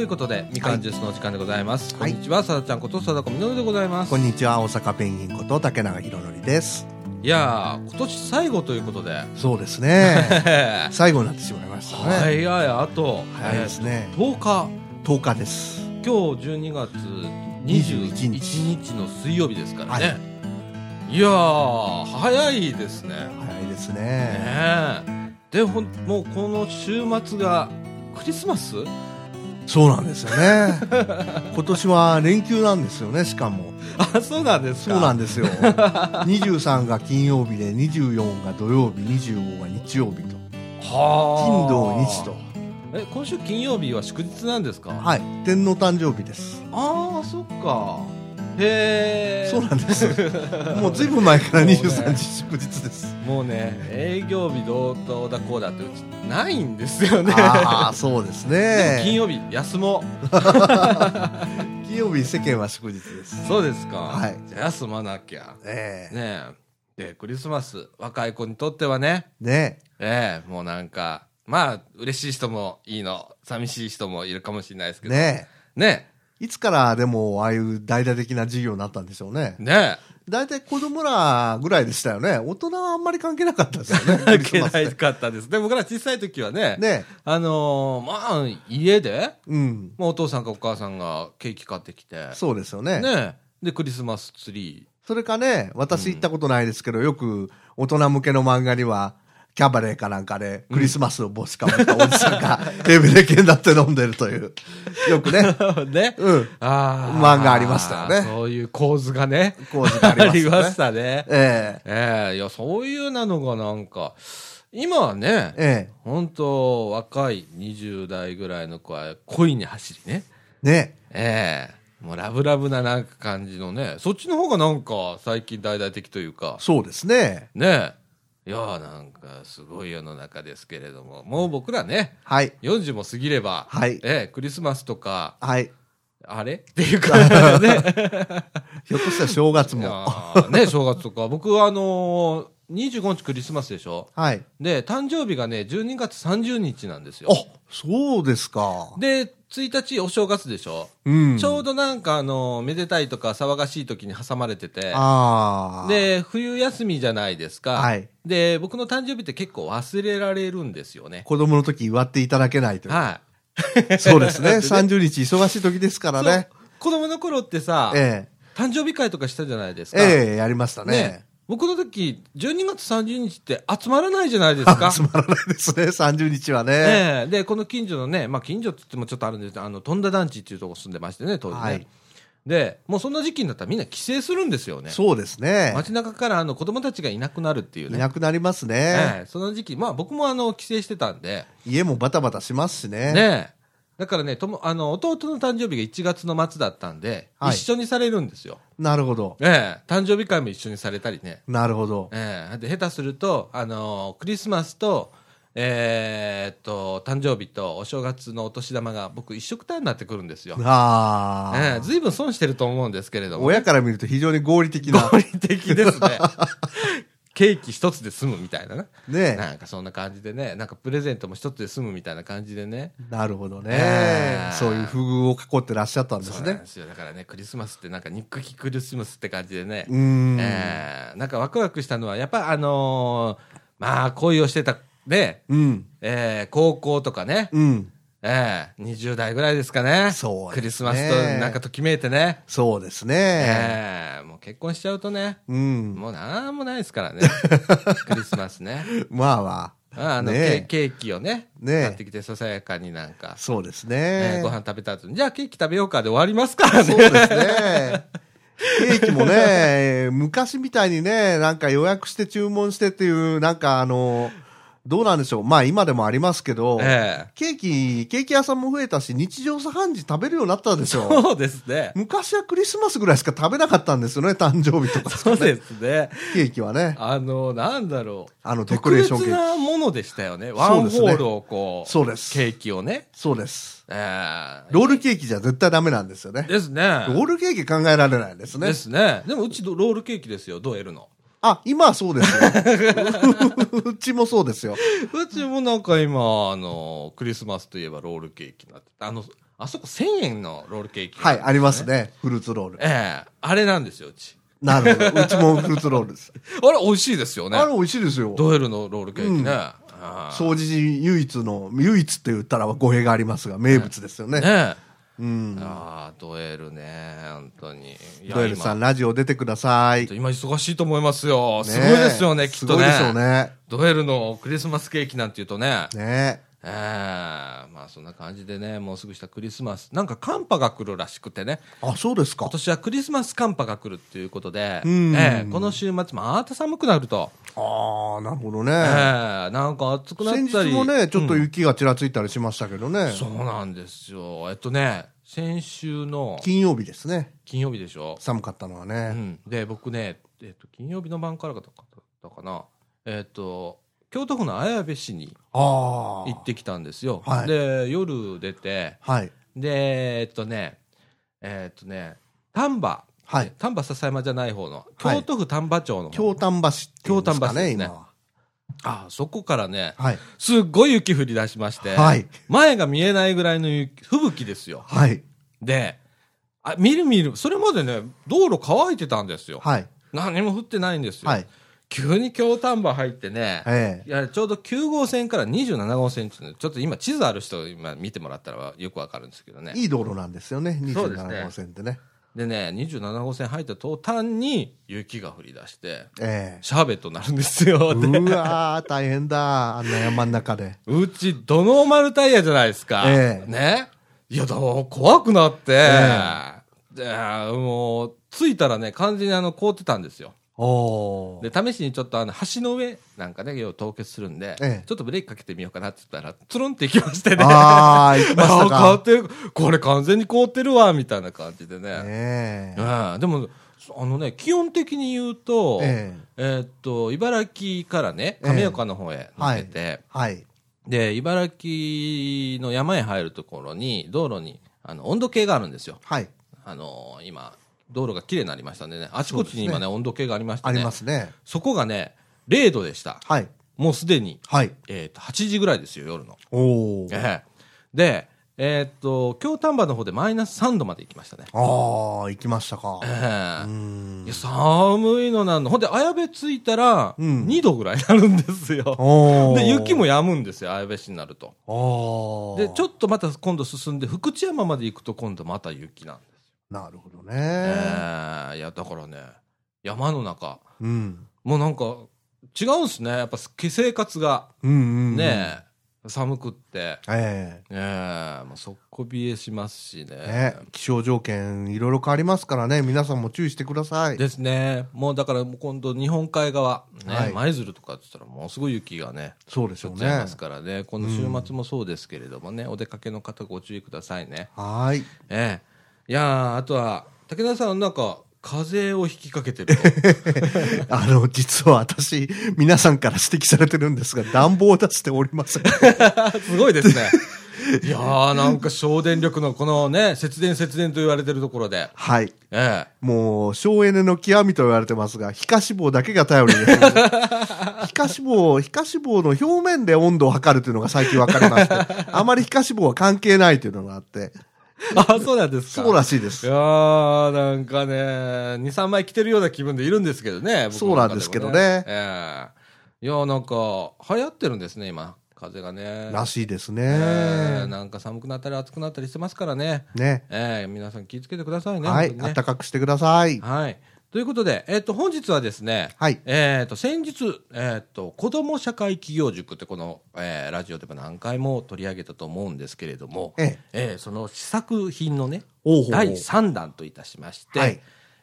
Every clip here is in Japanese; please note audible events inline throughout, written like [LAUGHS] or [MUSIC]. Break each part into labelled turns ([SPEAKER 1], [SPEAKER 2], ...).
[SPEAKER 1] いうことでみかんジュースのお時間でございます、
[SPEAKER 2] はい
[SPEAKER 1] こんにちはさだちゃんことさだこみのるでございます、
[SPEAKER 2] こんにちは大阪ペンギンこと竹永宏典です
[SPEAKER 1] いやー今年最後ということで
[SPEAKER 2] そうです [LAUGHS] ね
[SPEAKER 1] は
[SPEAKER 2] [LAUGHS] 最後になってしまいましたね、
[SPEAKER 1] いはいあと、
[SPEAKER 2] 早いですね
[SPEAKER 1] えー10日
[SPEAKER 2] 10日です
[SPEAKER 1] 今日12月21日の水曜日ですからね、、
[SPEAKER 2] はい
[SPEAKER 1] やー早いですね
[SPEAKER 2] 早いです
[SPEAKER 1] ね
[SPEAKER 2] ね
[SPEAKER 1] えでほんもうこの週末がクリスマス
[SPEAKER 2] そうなんですよね [LAUGHS] 今年は連休なんですよねしかも
[SPEAKER 1] あそうなんですか
[SPEAKER 2] そうなん
[SPEAKER 1] で
[SPEAKER 2] [LAUGHS] ですよ23が金曜日で24が土曜日25が日曜日と
[SPEAKER 1] すは
[SPEAKER 2] 金土日と
[SPEAKER 1] え今週金曜日は祝日なんですか
[SPEAKER 2] はい天皇誕生日です
[SPEAKER 1] ああそっかへえ
[SPEAKER 2] そうなんです
[SPEAKER 1] [LAUGHS]
[SPEAKER 2] もうずいぶん前から
[SPEAKER 1] もう
[SPEAKER 2] 23
[SPEAKER 1] ね
[SPEAKER 2] 日祝日です
[SPEAKER 1] もうね営業日同等だこうだってうちないんですよね
[SPEAKER 2] ああそうですね
[SPEAKER 1] 金曜日休もう
[SPEAKER 2] 金曜日世間は祝日です
[SPEAKER 1] そうですか、
[SPEAKER 2] はい
[SPEAKER 1] じゃあ休まなきゃ
[SPEAKER 2] ええ
[SPEAKER 1] ねえでクリスマス若い子にとってはね
[SPEAKER 2] ね
[SPEAKER 1] ええもうなんかまあ嬉しい人もいいの寂しい人もいるかもしれないですけ
[SPEAKER 2] え
[SPEAKER 1] ど
[SPEAKER 2] ね
[SPEAKER 1] ね
[SPEAKER 2] えいつからでもああいう大々的な授業になったんでしょうね
[SPEAKER 1] えね
[SPEAKER 2] 大体子供らぐらいでしたよね大人はあんまり [LAUGHS] 関係なかったですよね
[SPEAKER 1] え
[SPEAKER 2] ク
[SPEAKER 1] 受け
[SPEAKER 2] リスマ
[SPEAKER 1] な
[SPEAKER 2] スっ
[SPEAKER 1] いかったですで僕ら小さい時はね
[SPEAKER 2] てね
[SPEAKER 1] あのーまあ家で
[SPEAKER 2] えうん
[SPEAKER 1] まあ、お父さんかお母さんがケーキ買ってきて
[SPEAKER 2] そうですよ
[SPEAKER 1] ね
[SPEAKER 2] ね
[SPEAKER 1] でクリスマスツリ
[SPEAKER 2] それかね私行ったことないですけど、よく大人向けの漫画にはキャバレーかなんかでクリスマスの帽子かぶったおじさんが [LAUGHS] ヘビレケになって飲んでるというよく [LAUGHS] ね
[SPEAKER 1] ー [LAUGHS] ね
[SPEAKER 2] うん
[SPEAKER 1] あー
[SPEAKER 2] 漫画ありましたよね
[SPEAKER 1] そういう構図がね
[SPEAKER 2] 構図があ
[SPEAKER 1] あ
[SPEAKER 2] り
[SPEAKER 1] り
[SPEAKER 2] ま
[SPEAKER 1] ま
[SPEAKER 2] すよね
[SPEAKER 1] したね
[SPEAKER 2] え
[SPEAKER 1] ええいやそういうなのがなんか今はね
[SPEAKER 2] ええ
[SPEAKER 1] 本当若い20代ぐらいの子は恋に走りね
[SPEAKER 2] えねえ
[SPEAKER 1] ええもうラブラブななんか感じのねそっちの方がなんか最近大々的というか
[SPEAKER 2] そうですね
[SPEAKER 1] ねえいやーなんかすごい世の中ですけれどももう僕らね
[SPEAKER 2] はい
[SPEAKER 1] 40も過ぎれば、
[SPEAKER 2] はい
[SPEAKER 1] ええクリスマスとか、
[SPEAKER 2] はい
[SPEAKER 1] あ
[SPEAKER 2] [LAUGHS]
[SPEAKER 1] れっていうか、ね、
[SPEAKER 2] ひょっとしたら正月
[SPEAKER 1] いや
[SPEAKER 2] も
[SPEAKER 1] ーね、正月とか、僕はあのー、25日クリスマスでしょ
[SPEAKER 2] はい
[SPEAKER 1] で、誕生日がね、12月30日なんですよ
[SPEAKER 2] あ。そうですか
[SPEAKER 1] で、1日お正月でしょ、
[SPEAKER 2] うん
[SPEAKER 1] ちょうどなんかあのー、めでたいとか騒がしい時に挟まれてて、
[SPEAKER 2] ああ
[SPEAKER 1] で、冬休みじゃないですか。
[SPEAKER 2] はい
[SPEAKER 1] で、僕の誕生日って結構忘れられるんですよね。
[SPEAKER 2] 子供の時祝っていただけないという
[SPEAKER 1] はい。
[SPEAKER 2] [LAUGHS] そうで
[SPEAKER 1] [LAUGHS]
[SPEAKER 2] すね30日忙しい時ですからね
[SPEAKER 1] そう子供の頃ってさ、
[SPEAKER 2] え
[SPEAKER 1] 誕生日会とかしたじゃないです
[SPEAKER 2] え
[SPEAKER 1] か。
[SPEAKER 2] ええやりましたね
[SPEAKER 1] 僕の時12月30日って集まらないじゃない
[SPEAKER 2] [LAUGHS]
[SPEAKER 1] ですか。
[SPEAKER 2] つまらないですね30日はね
[SPEAKER 1] ええで、この近所のね、まあ、近所って言ってもちょっとあるんですけど、あの、富田団地っていうとこ住んでましてね、当時ね。
[SPEAKER 2] はい
[SPEAKER 1] で、もうそんな時期になったらみんな帰省するんですよね。
[SPEAKER 2] そうですね
[SPEAKER 1] 街中からあの子供たちがいなくなるっていう
[SPEAKER 2] い
[SPEAKER 1] ね。
[SPEAKER 2] なくなります
[SPEAKER 1] え
[SPEAKER 2] ね
[SPEAKER 1] えその時期、まあ僕もあの、帰省してたんで、
[SPEAKER 2] 家もバタバタしますしね
[SPEAKER 1] ねえだからね、とも、あの、弟の誕生日が1月の末だったんで、
[SPEAKER 2] はい
[SPEAKER 1] 一緒にされるんですよ。
[SPEAKER 2] なるほど
[SPEAKER 1] ええ誕生日会も一緒にされたりね。
[SPEAKER 2] なるほど
[SPEAKER 1] ええで下手すると、あのークリスマスと,、えーっと誕生日とお正月のお年玉が僕一緒くたになってくるんですよ。
[SPEAKER 2] ああ、
[SPEAKER 1] ええずいぶん損してると思うんですけれども、
[SPEAKER 2] 親から見ると非常に合理的な
[SPEAKER 1] 合理的ですね [LAUGHS] ケーキ一つで済むみたいなね
[SPEAKER 2] ね
[SPEAKER 1] なんかそんな感じでねなんかプレゼントも一つで済むみたいな感じでね
[SPEAKER 2] なるほどね、
[SPEAKER 1] ええ
[SPEAKER 2] そういう不遇を囲ってらっしゃったんです
[SPEAKER 1] そうなん
[SPEAKER 2] ね
[SPEAKER 1] ですよだからねクリスマスってなんか憎きクリスマスって感じでね、
[SPEAKER 2] うーん、
[SPEAKER 1] ええなんかワクワクしたのはやっぱあのーまあ恋をしてたね
[SPEAKER 2] うん
[SPEAKER 1] えー高校とかね、
[SPEAKER 2] うん
[SPEAKER 1] えー20代ぐらいですかね。
[SPEAKER 2] そうですね
[SPEAKER 1] クリスマスとなんかときめいてね。
[SPEAKER 2] そうです
[SPEAKER 1] え
[SPEAKER 2] ね、
[SPEAKER 1] ーもう結婚しちゃうとね、
[SPEAKER 2] うん
[SPEAKER 1] もうなんもないです
[SPEAKER 2] [LAUGHS]
[SPEAKER 1] からね。クリスマスね。
[SPEAKER 2] まあま
[SPEAKER 1] ああの、
[SPEAKER 2] ねえ
[SPEAKER 1] ケーケーキをね、
[SPEAKER 2] ねえ
[SPEAKER 1] 買ってきてささやかになんか
[SPEAKER 2] あ、そうです
[SPEAKER 1] え
[SPEAKER 2] ね
[SPEAKER 1] ーご飯食べた後に、じゃあケーキ食べようかで終わりますから
[SPEAKER 2] そう
[SPEAKER 1] ね。
[SPEAKER 2] ですねケーキもね昔みたいにねなんか予約して注文してっていうなんかあのどうなんでしょうまあ今でもありますけ
[SPEAKER 1] [LAUGHS]
[SPEAKER 2] ど、
[SPEAKER 1] え
[SPEAKER 2] ケーキケーキ屋さんも増えたし日常茶飯事食べるようになったでし
[SPEAKER 1] ー
[SPEAKER 2] ょ
[SPEAKER 1] そうです
[SPEAKER 2] [LAUGHS]
[SPEAKER 1] ね。
[SPEAKER 2] 昔はクリスマスぐらいしか食べなかったんですよね誕生日とか
[SPEAKER 1] そうですね。
[SPEAKER 2] ケーキはね
[SPEAKER 1] あの、なんだろう。
[SPEAKER 2] あのデコ
[SPEAKER 1] 特
[SPEAKER 2] レーションケ
[SPEAKER 1] 別
[SPEAKER 2] ー
[SPEAKER 1] な
[SPEAKER 2] キ
[SPEAKER 1] ものでしたよね。ワンホールをこう、
[SPEAKER 2] そうです
[SPEAKER 1] ケーキをね。
[SPEAKER 2] そうです
[SPEAKER 1] えー
[SPEAKER 2] ロールケーキじゃ絶対ダメなんですよね
[SPEAKER 1] ですね。
[SPEAKER 2] ロールケーキ考えられないですね
[SPEAKER 1] ですね。でもうちロールケーキですよ、ドエルの。
[SPEAKER 2] あ今はそうですよ [LAUGHS] うちもそうですよ
[SPEAKER 1] うちもなんか今、あの、クリスマスといえばロールケーキになっててあの、あそこ1000円のロールケーキ、
[SPEAKER 2] はい、あります。ね。フルーツロール。
[SPEAKER 1] ええあれなんですよ、うち。
[SPEAKER 2] なるほど。うちもフルーツロールです。
[SPEAKER 1] あれ、美味しいですよね
[SPEAKER 2] あ。れ美味しいですよ。
[SPEAKER 1] ドエルのロールケーキね。
[SPEAKER 2] うん
[SPEAKER 1] あー
[SPEAKER 2] 掃除時唯一の、唯一って言ったら語弊がありますが、名物ですよね。
[SPEAKER 1] ね
[SPEAKER 2] うん。
[SPEAKER 1] ああ、ドエルね、本当に。いや
[SPEAKER 2] ドエルさん、
[SPEAKER 1] 今
[SPEAKER 2] ラジオ出てください。
[SPEAKER 1] 今忙しいと思いますよ。すごいですよね、きっとね。
[SPEAKER 2] すごいでしょうね。
[SPEAKER 1] ドエルのクリスマスケーキなんていうとね。
[SPEAKER 2] ね
[SPEAKER 1] ええまあそんな感じでね、もうすぐしたクリスマス。なんか寒波が来るらしくてね。
[SPEAKER 2] あ、そうですか
[SPEAKER 1] 今。年はクリスマス寒波が来るっていうことで、
[SPEAKER 2] うん
[SPEAKER 1] ええこの週末、また寒くなると、
[SPEAKER 2] ああ、なるほど
[SPEAKER 1] ええ
[SPEAKER 2] ね。
[SPEAKER 1] なんか暑くなった
[SPEAKER 2] 先
[SPEAKER 1] り、
[SPEAKER 2] 日もね、ちょっと
[SPEAKER 1] うん
[SPEAKER 2] 雪がちらついたりしましたけどね。
[SPEAKER 1] そうなんですよ、えっとね、先週の
[SPEAKER 2] 金曜日ですね。
[SPEAKER 1] 金曜日でしょ、
[SPEAKER 2] 寒かったのは
[SPEAKER 1] う
[SPEAKER 2] ね。
[SPEAKER 1] ん、で僕ね、えっと、金曜日の晩からだったかな、えっと、京都府の綾部市に
[SPEAKER 2] ああ。
[SPEAKER 1] 行ってきたんですよ、
[SPEAKER 2] はい
[SPEAKER 1] で夜出て、
[SPEAKER 2] はい。
[SPEAKER 1] で、えっとね、えっとね、丹波、
[SPEAKER 2] はい。
[SPEAKER 1] 丹波篠山じゃない方の、
[SPEAKER 2] はい
[SPEAKER 1] 京都府丹波町の方
[SPEAKER 2] 京丹橋っていうんで
[SPEAKER 1] 京丹
[SPEAKER 2] すか
[SPEAKER 1] 橋で
[SPEAKER 2] ね、
[SPEAKER 1] すね
[SPEAKER 2] 今は。
[SPEAKER 1] ああそこからね、
[SPEAKER 2] はい。
[SPEAKER 1] すっごい雪降り出しまして、
[SPEAKER 2] はい。
[SPEAKER 1] 前が見えないぐらいの雪吹雪ですよ。
[SPEAKER 2] はい。
[SPEAKER 1] で、あみるみる、それまでね、道路乾いてたんですよ。
[SPEAKER 2] はい。
[SPEAKER 1] 何も降ってないんですよ。
[SPEAKER 2] はい。
[SPEAKER 1] 急に京丹波入ってね、
[SPEAKER 2] え
[SPEAKER 1] いやちょうど9号線から27号線っていうのちょっと今、地図ある人、今見てもらったらよくわかるんですけどね
[SPEAKER 2] え。。いい道路なんですよね、
[SPEAKER 1] そうですね
[SPEAKER 2] 27号線ってね。
[SPEAKER 1] でね、27号線入った途端に雪が降り出して、
[SPEAKER 2] ええ。
[SPEAKER 1] シャーベットになるんですよ。で
[SPEAKER 2] うわー、大変だ。あんな山ん中で。
[SPEAKER 1] うち、ドノーマルタイヤじゃないですか。
[SPEAKER 2] ええ
[SPEAKER 1] ね。いや、だから怖くなって、
[SPEAKER 2] え
[SPEAKER 1] でもう、着いたらね、完全にあの凍ってたんですよ。
[SPEAKER 2] おー。
[SPEAKER 1] で、試しにちょっとあの橋の上なんかね、要は凍結するんで、
[SPEAKER 2] ええ
[SPEAKER 1] ちょっとブレーキかけてみようかなって言ったら、つるんって行きましてね。
[SPEAKER 2] あー、行き
[SPEAKER 1] [LAUGHS]
[SPEAKER 2] ました
[SPEAKER 1] ああ
[SPEAKER 2] か。
[SPEAKER 1] 凍ってるこれ完全に凍ってるわ、みたいな感じでね。
[SPEAKER 2] ねえ。
[SPEAKER 1] うんでも、あのね、基本的に言うと、え
[SPEAKER 2] ええ。
[SPEAKER 1] ーっと、茨城からね、亀岡の方へ抜けて、
[SPEAKER 2] はい。
[SPEAKER 1] で茨城の山へ入るところに道路にあの温度計があるんですよ、
[SPEAKER 2] はい。
[SPEAKER 1] あの今道路が綺麗になりましたんでねあちこちに今
[SPEAKER 2] そう
[SPEAKER 1] ね温度計がありまして
[SPEAKER 2] あ
[SPEAKER 1] ね
[SPEAKER 2] りますね。
[SPEAKER 1] そこがね0度でした
[SPEAKER 2] はい。
[SPEAKER 1] もうすでに、
[SPEAKER 2] はい。
[SPEAKER 1] えー、と8時ぐらいですよ夜の、
[SPEAKER 2] おー。
[SPEAKER 1] ええでえーっと京丹波の方でマイナス3度まで行きましたね、
[SPEAKER 2] あー、行きましたか
[SPEAKER 1] え。え
[SPEAKER 2] うん
[SPEAKER 1] いや。寒いのなんのほんで綾部着いたら
[SPEAKER 2] うん
[SPEAKER 1] 2度ぐらいになるんですよ、
[SPEAKER 2] おー。
[SPEAKER 1] で雪も止むんですよ綾部市になると
[SPEAKER 2] お
[SPEAKER 1] で
[SPEAKER 2] ー。
[SPEAKER 1] ちょっとまた今度進んで福知山まで行くと今度また雪なんです、
[SPEAKER 2] なるほど
[SPEAKER 1] え
[SPEAKER 2] ね。
[SPEAKER 1] ーいやだからね山の中
[SPEAKER 2] うん。
[SPEAKER 1] もうなんか違うんすねやっぱ生活が
[SPEAKER 2] うんうんうん。
[SPEAKER 1] ね、寒くって、
[SPEAKER 2] え
[SPEAKER 1] えー、もう底冷えしますしね
[SPEAKER 2] え。ね。気象条件いろいろ変わりますからね。皆さんも注意してください。
[SPEAKER 1] ですねもうだからもう今度日本海側、ね
[SPEAKER 2] はい
[SPEAKER 1] 舞鶴とかって言ったらもうすごい雪がね
[SPEAKER 2] そうです
[SPEAKER 1] 降
[SPEAKER 2] よ
[SPEAKER 1] っちゃい
[SPEAKER 2] ね
[SPEAKER 1] ま。すからねこの週末もそうですけれどもね、お出かけの方ご注意くださいね
[SPEAKER 2] はーい。 [LAUGHS]
[SPEAKER 1] ええ。いやーあとは、武田さん、なんか、風邪を引きかけてると。
[SPEAKER 2] あの、実は私、皆さんから指摘されてるんですが、暖房を出しており
[SPEAKER 1] [LAUGHS]
[SPEAKER 2] ません。
[SPEAKER 1] [LAUGHS] すごいですね。 [LAUGHS] いやーなんか省電力のこのね、節電節電と言われてるところで。
[SPEAKER 2] はい。
[SPEAKER 1] え
[SPEAKER 2] もう、省エネの極みと言われてますが、皮下脂肪だけが頼りです。皮
[SPEAKER 1] [LAUGHS]
[SPEAKER 2] 下脂肪、皮下脂肪の表面で温度を測るというのが最近分かりまして、あまり皮下脂肪は関係ないというのがあっ
[SPEAKER 1] え。
[SPEAKER 2] て、
[SPEAKER 1] あ、そうなんですか。
[SPEAKER 2] そう
[SPEAKER 1] なん
[SPEAKER 2] らしいで
[SPEAKER 1] い
[SPEAKER 2] す。
[SPEAKER 1] やーなんかね、2、3枚着てるような気分でいるんですけどね。僕の中も
[SPEAKER 2] そうなんですけどね
[SPEAKER 1] ええいやーなんか、流行ってるんですね、今。風がね。
[SPEAKER 2] らしいです
[SPEAKER 1] ええ
[SPEAKER 2] ね。
[SPEAKER 1] なんか寒くなったり暑くなったりしてますからね。
[SPEAKER 2] ね。
[SPEAKER 1] ええ皆さん気をつけてくださいね。
[SPEAKER 2] は
[SPEAKER 1] 本
[SPEAKER 2] い。
[SPEAKER 1] 当に
[SPEAKER 2] あ
[SPEAKER 1] ね
[SPEAKER 2] ったかくしてください。
[SPEAKER 1] はい。ということで、えっ、と、本日はですね、
[SPEAKER 2] はい
[SPEAKER 1] えっ、と、先日、えっ、と、子ども社会企業塾ってこの、えーラジオでも何回も取り上げたと思うんですけれども、
[SPEAKER 2] ええ
[SPEAKER 1] えーその試作品のね、
[SPEAKER 2] おうほうほう
[SPEAKER 1] 第3弾といたしまして、
[SPEAKER 2] はい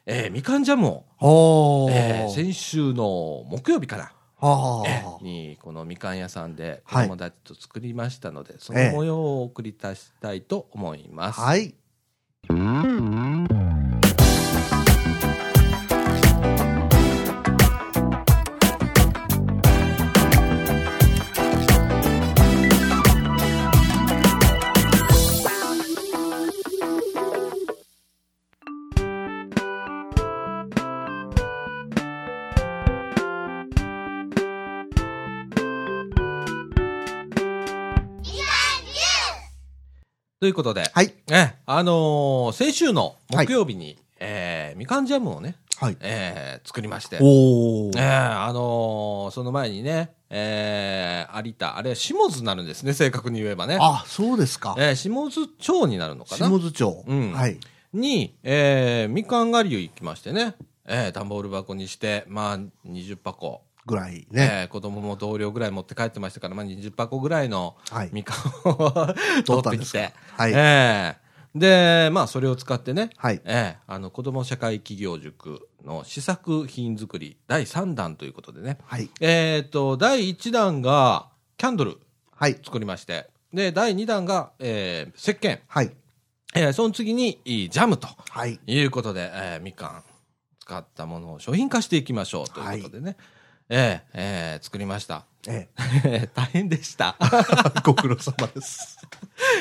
[SPEAKER 1] えーみかんジャムを、
[SPEAKER 2] おー。
[SPEAKER 1] えー先週の木曜日から、
[SPEAKER 2] は
[SPEAKER 1] えー
[SPEAKER 2] あ。
[SPEAKER 1] にこのみかん屋さんで子
[SPEAKER 2] はい
[SPEAKER 1] 供たちと作りましたので、そ
[SPEAKER 2] え
[SPEAKER 1] の
[SPEAKER 2] え
[SPEAKER 1] 模様を送り出したいと思います。
[SPEAKER 2] はい。
[SPEAKER 1] とということで、
[SPEAKER 2] はい。
[SPEAKER 1] ねあのー先週の
[SPEAKER 2] はい
[SPEAKER 1] 木曜日に、えーみかんジャムをね、
[SPEAKER 2] はい。
[SPEAKER 1] えー作りまして、え
[SPEAKER 2] おー。
[SPEAKER 1] ーあのーその前にね、えー有田、あれ、下津になるんですね、正確に言えばね。
[SPEAKER 2] あ、そうですか。
[SPEAKER 1] えー下津町になるのかな
[SPEAKER 2] 下津町。
[SPEAKER 1] うん
[SPEAKER 2] はい。
[SPEAKER 1] に、えーみかん狩りを行きましてね、えー段ボール箱にして、まあ、20箱。
[SPEAKER 2] ぐらいね。
[SPEAKER 1] えー子供も同僚ぐらい持って帰ってましたから、まあ、20箱ぐらいの
[SPEAKER 2] はい
[SPEAKER 1] みかんを、 [LAUGHS]
[SPEAKER 2] 取
[SPEAKER 1] 取
[SPEAKER 2] っ
[SPEAKER 1] った
[SPEAKER 2] ん
[SPEAKER 1] て
[SPEAKER 2] で
[SPEAKER 1] き
[SPEAKER 2] すか
[SPEAKER 1] て、
[SPEAKER 2] はい
[SPEAKER 1] えーで、まあ、それを使ってね、
[SPEAKER 2] はい
[SPEAKER 1] えーあの子ども社会企業塾の試作品作り第3弾ということでね、
[SPEAKER 2] はい。
[SPEAKER 1] えー、と第1弾がキャンドル
[SPEAKER 2] はい。
[SPEAKER 1] 作りましてで第2弾が、えー、石鹸、
[SPEAKER 2] はい。
[SPEAKER 1] えー、その次にいいジャムと
[SPEAKER 2] はい。
[SPEAKER 1] いうことで、えーみかん使ったものを商品化していきましょうということでね、えーえー作りました。 [LAUGHS]
[SPEAKER 2] え
[SPEAKER 1] 大変でした。
[SPEAKER 2] え。ご苦労様です。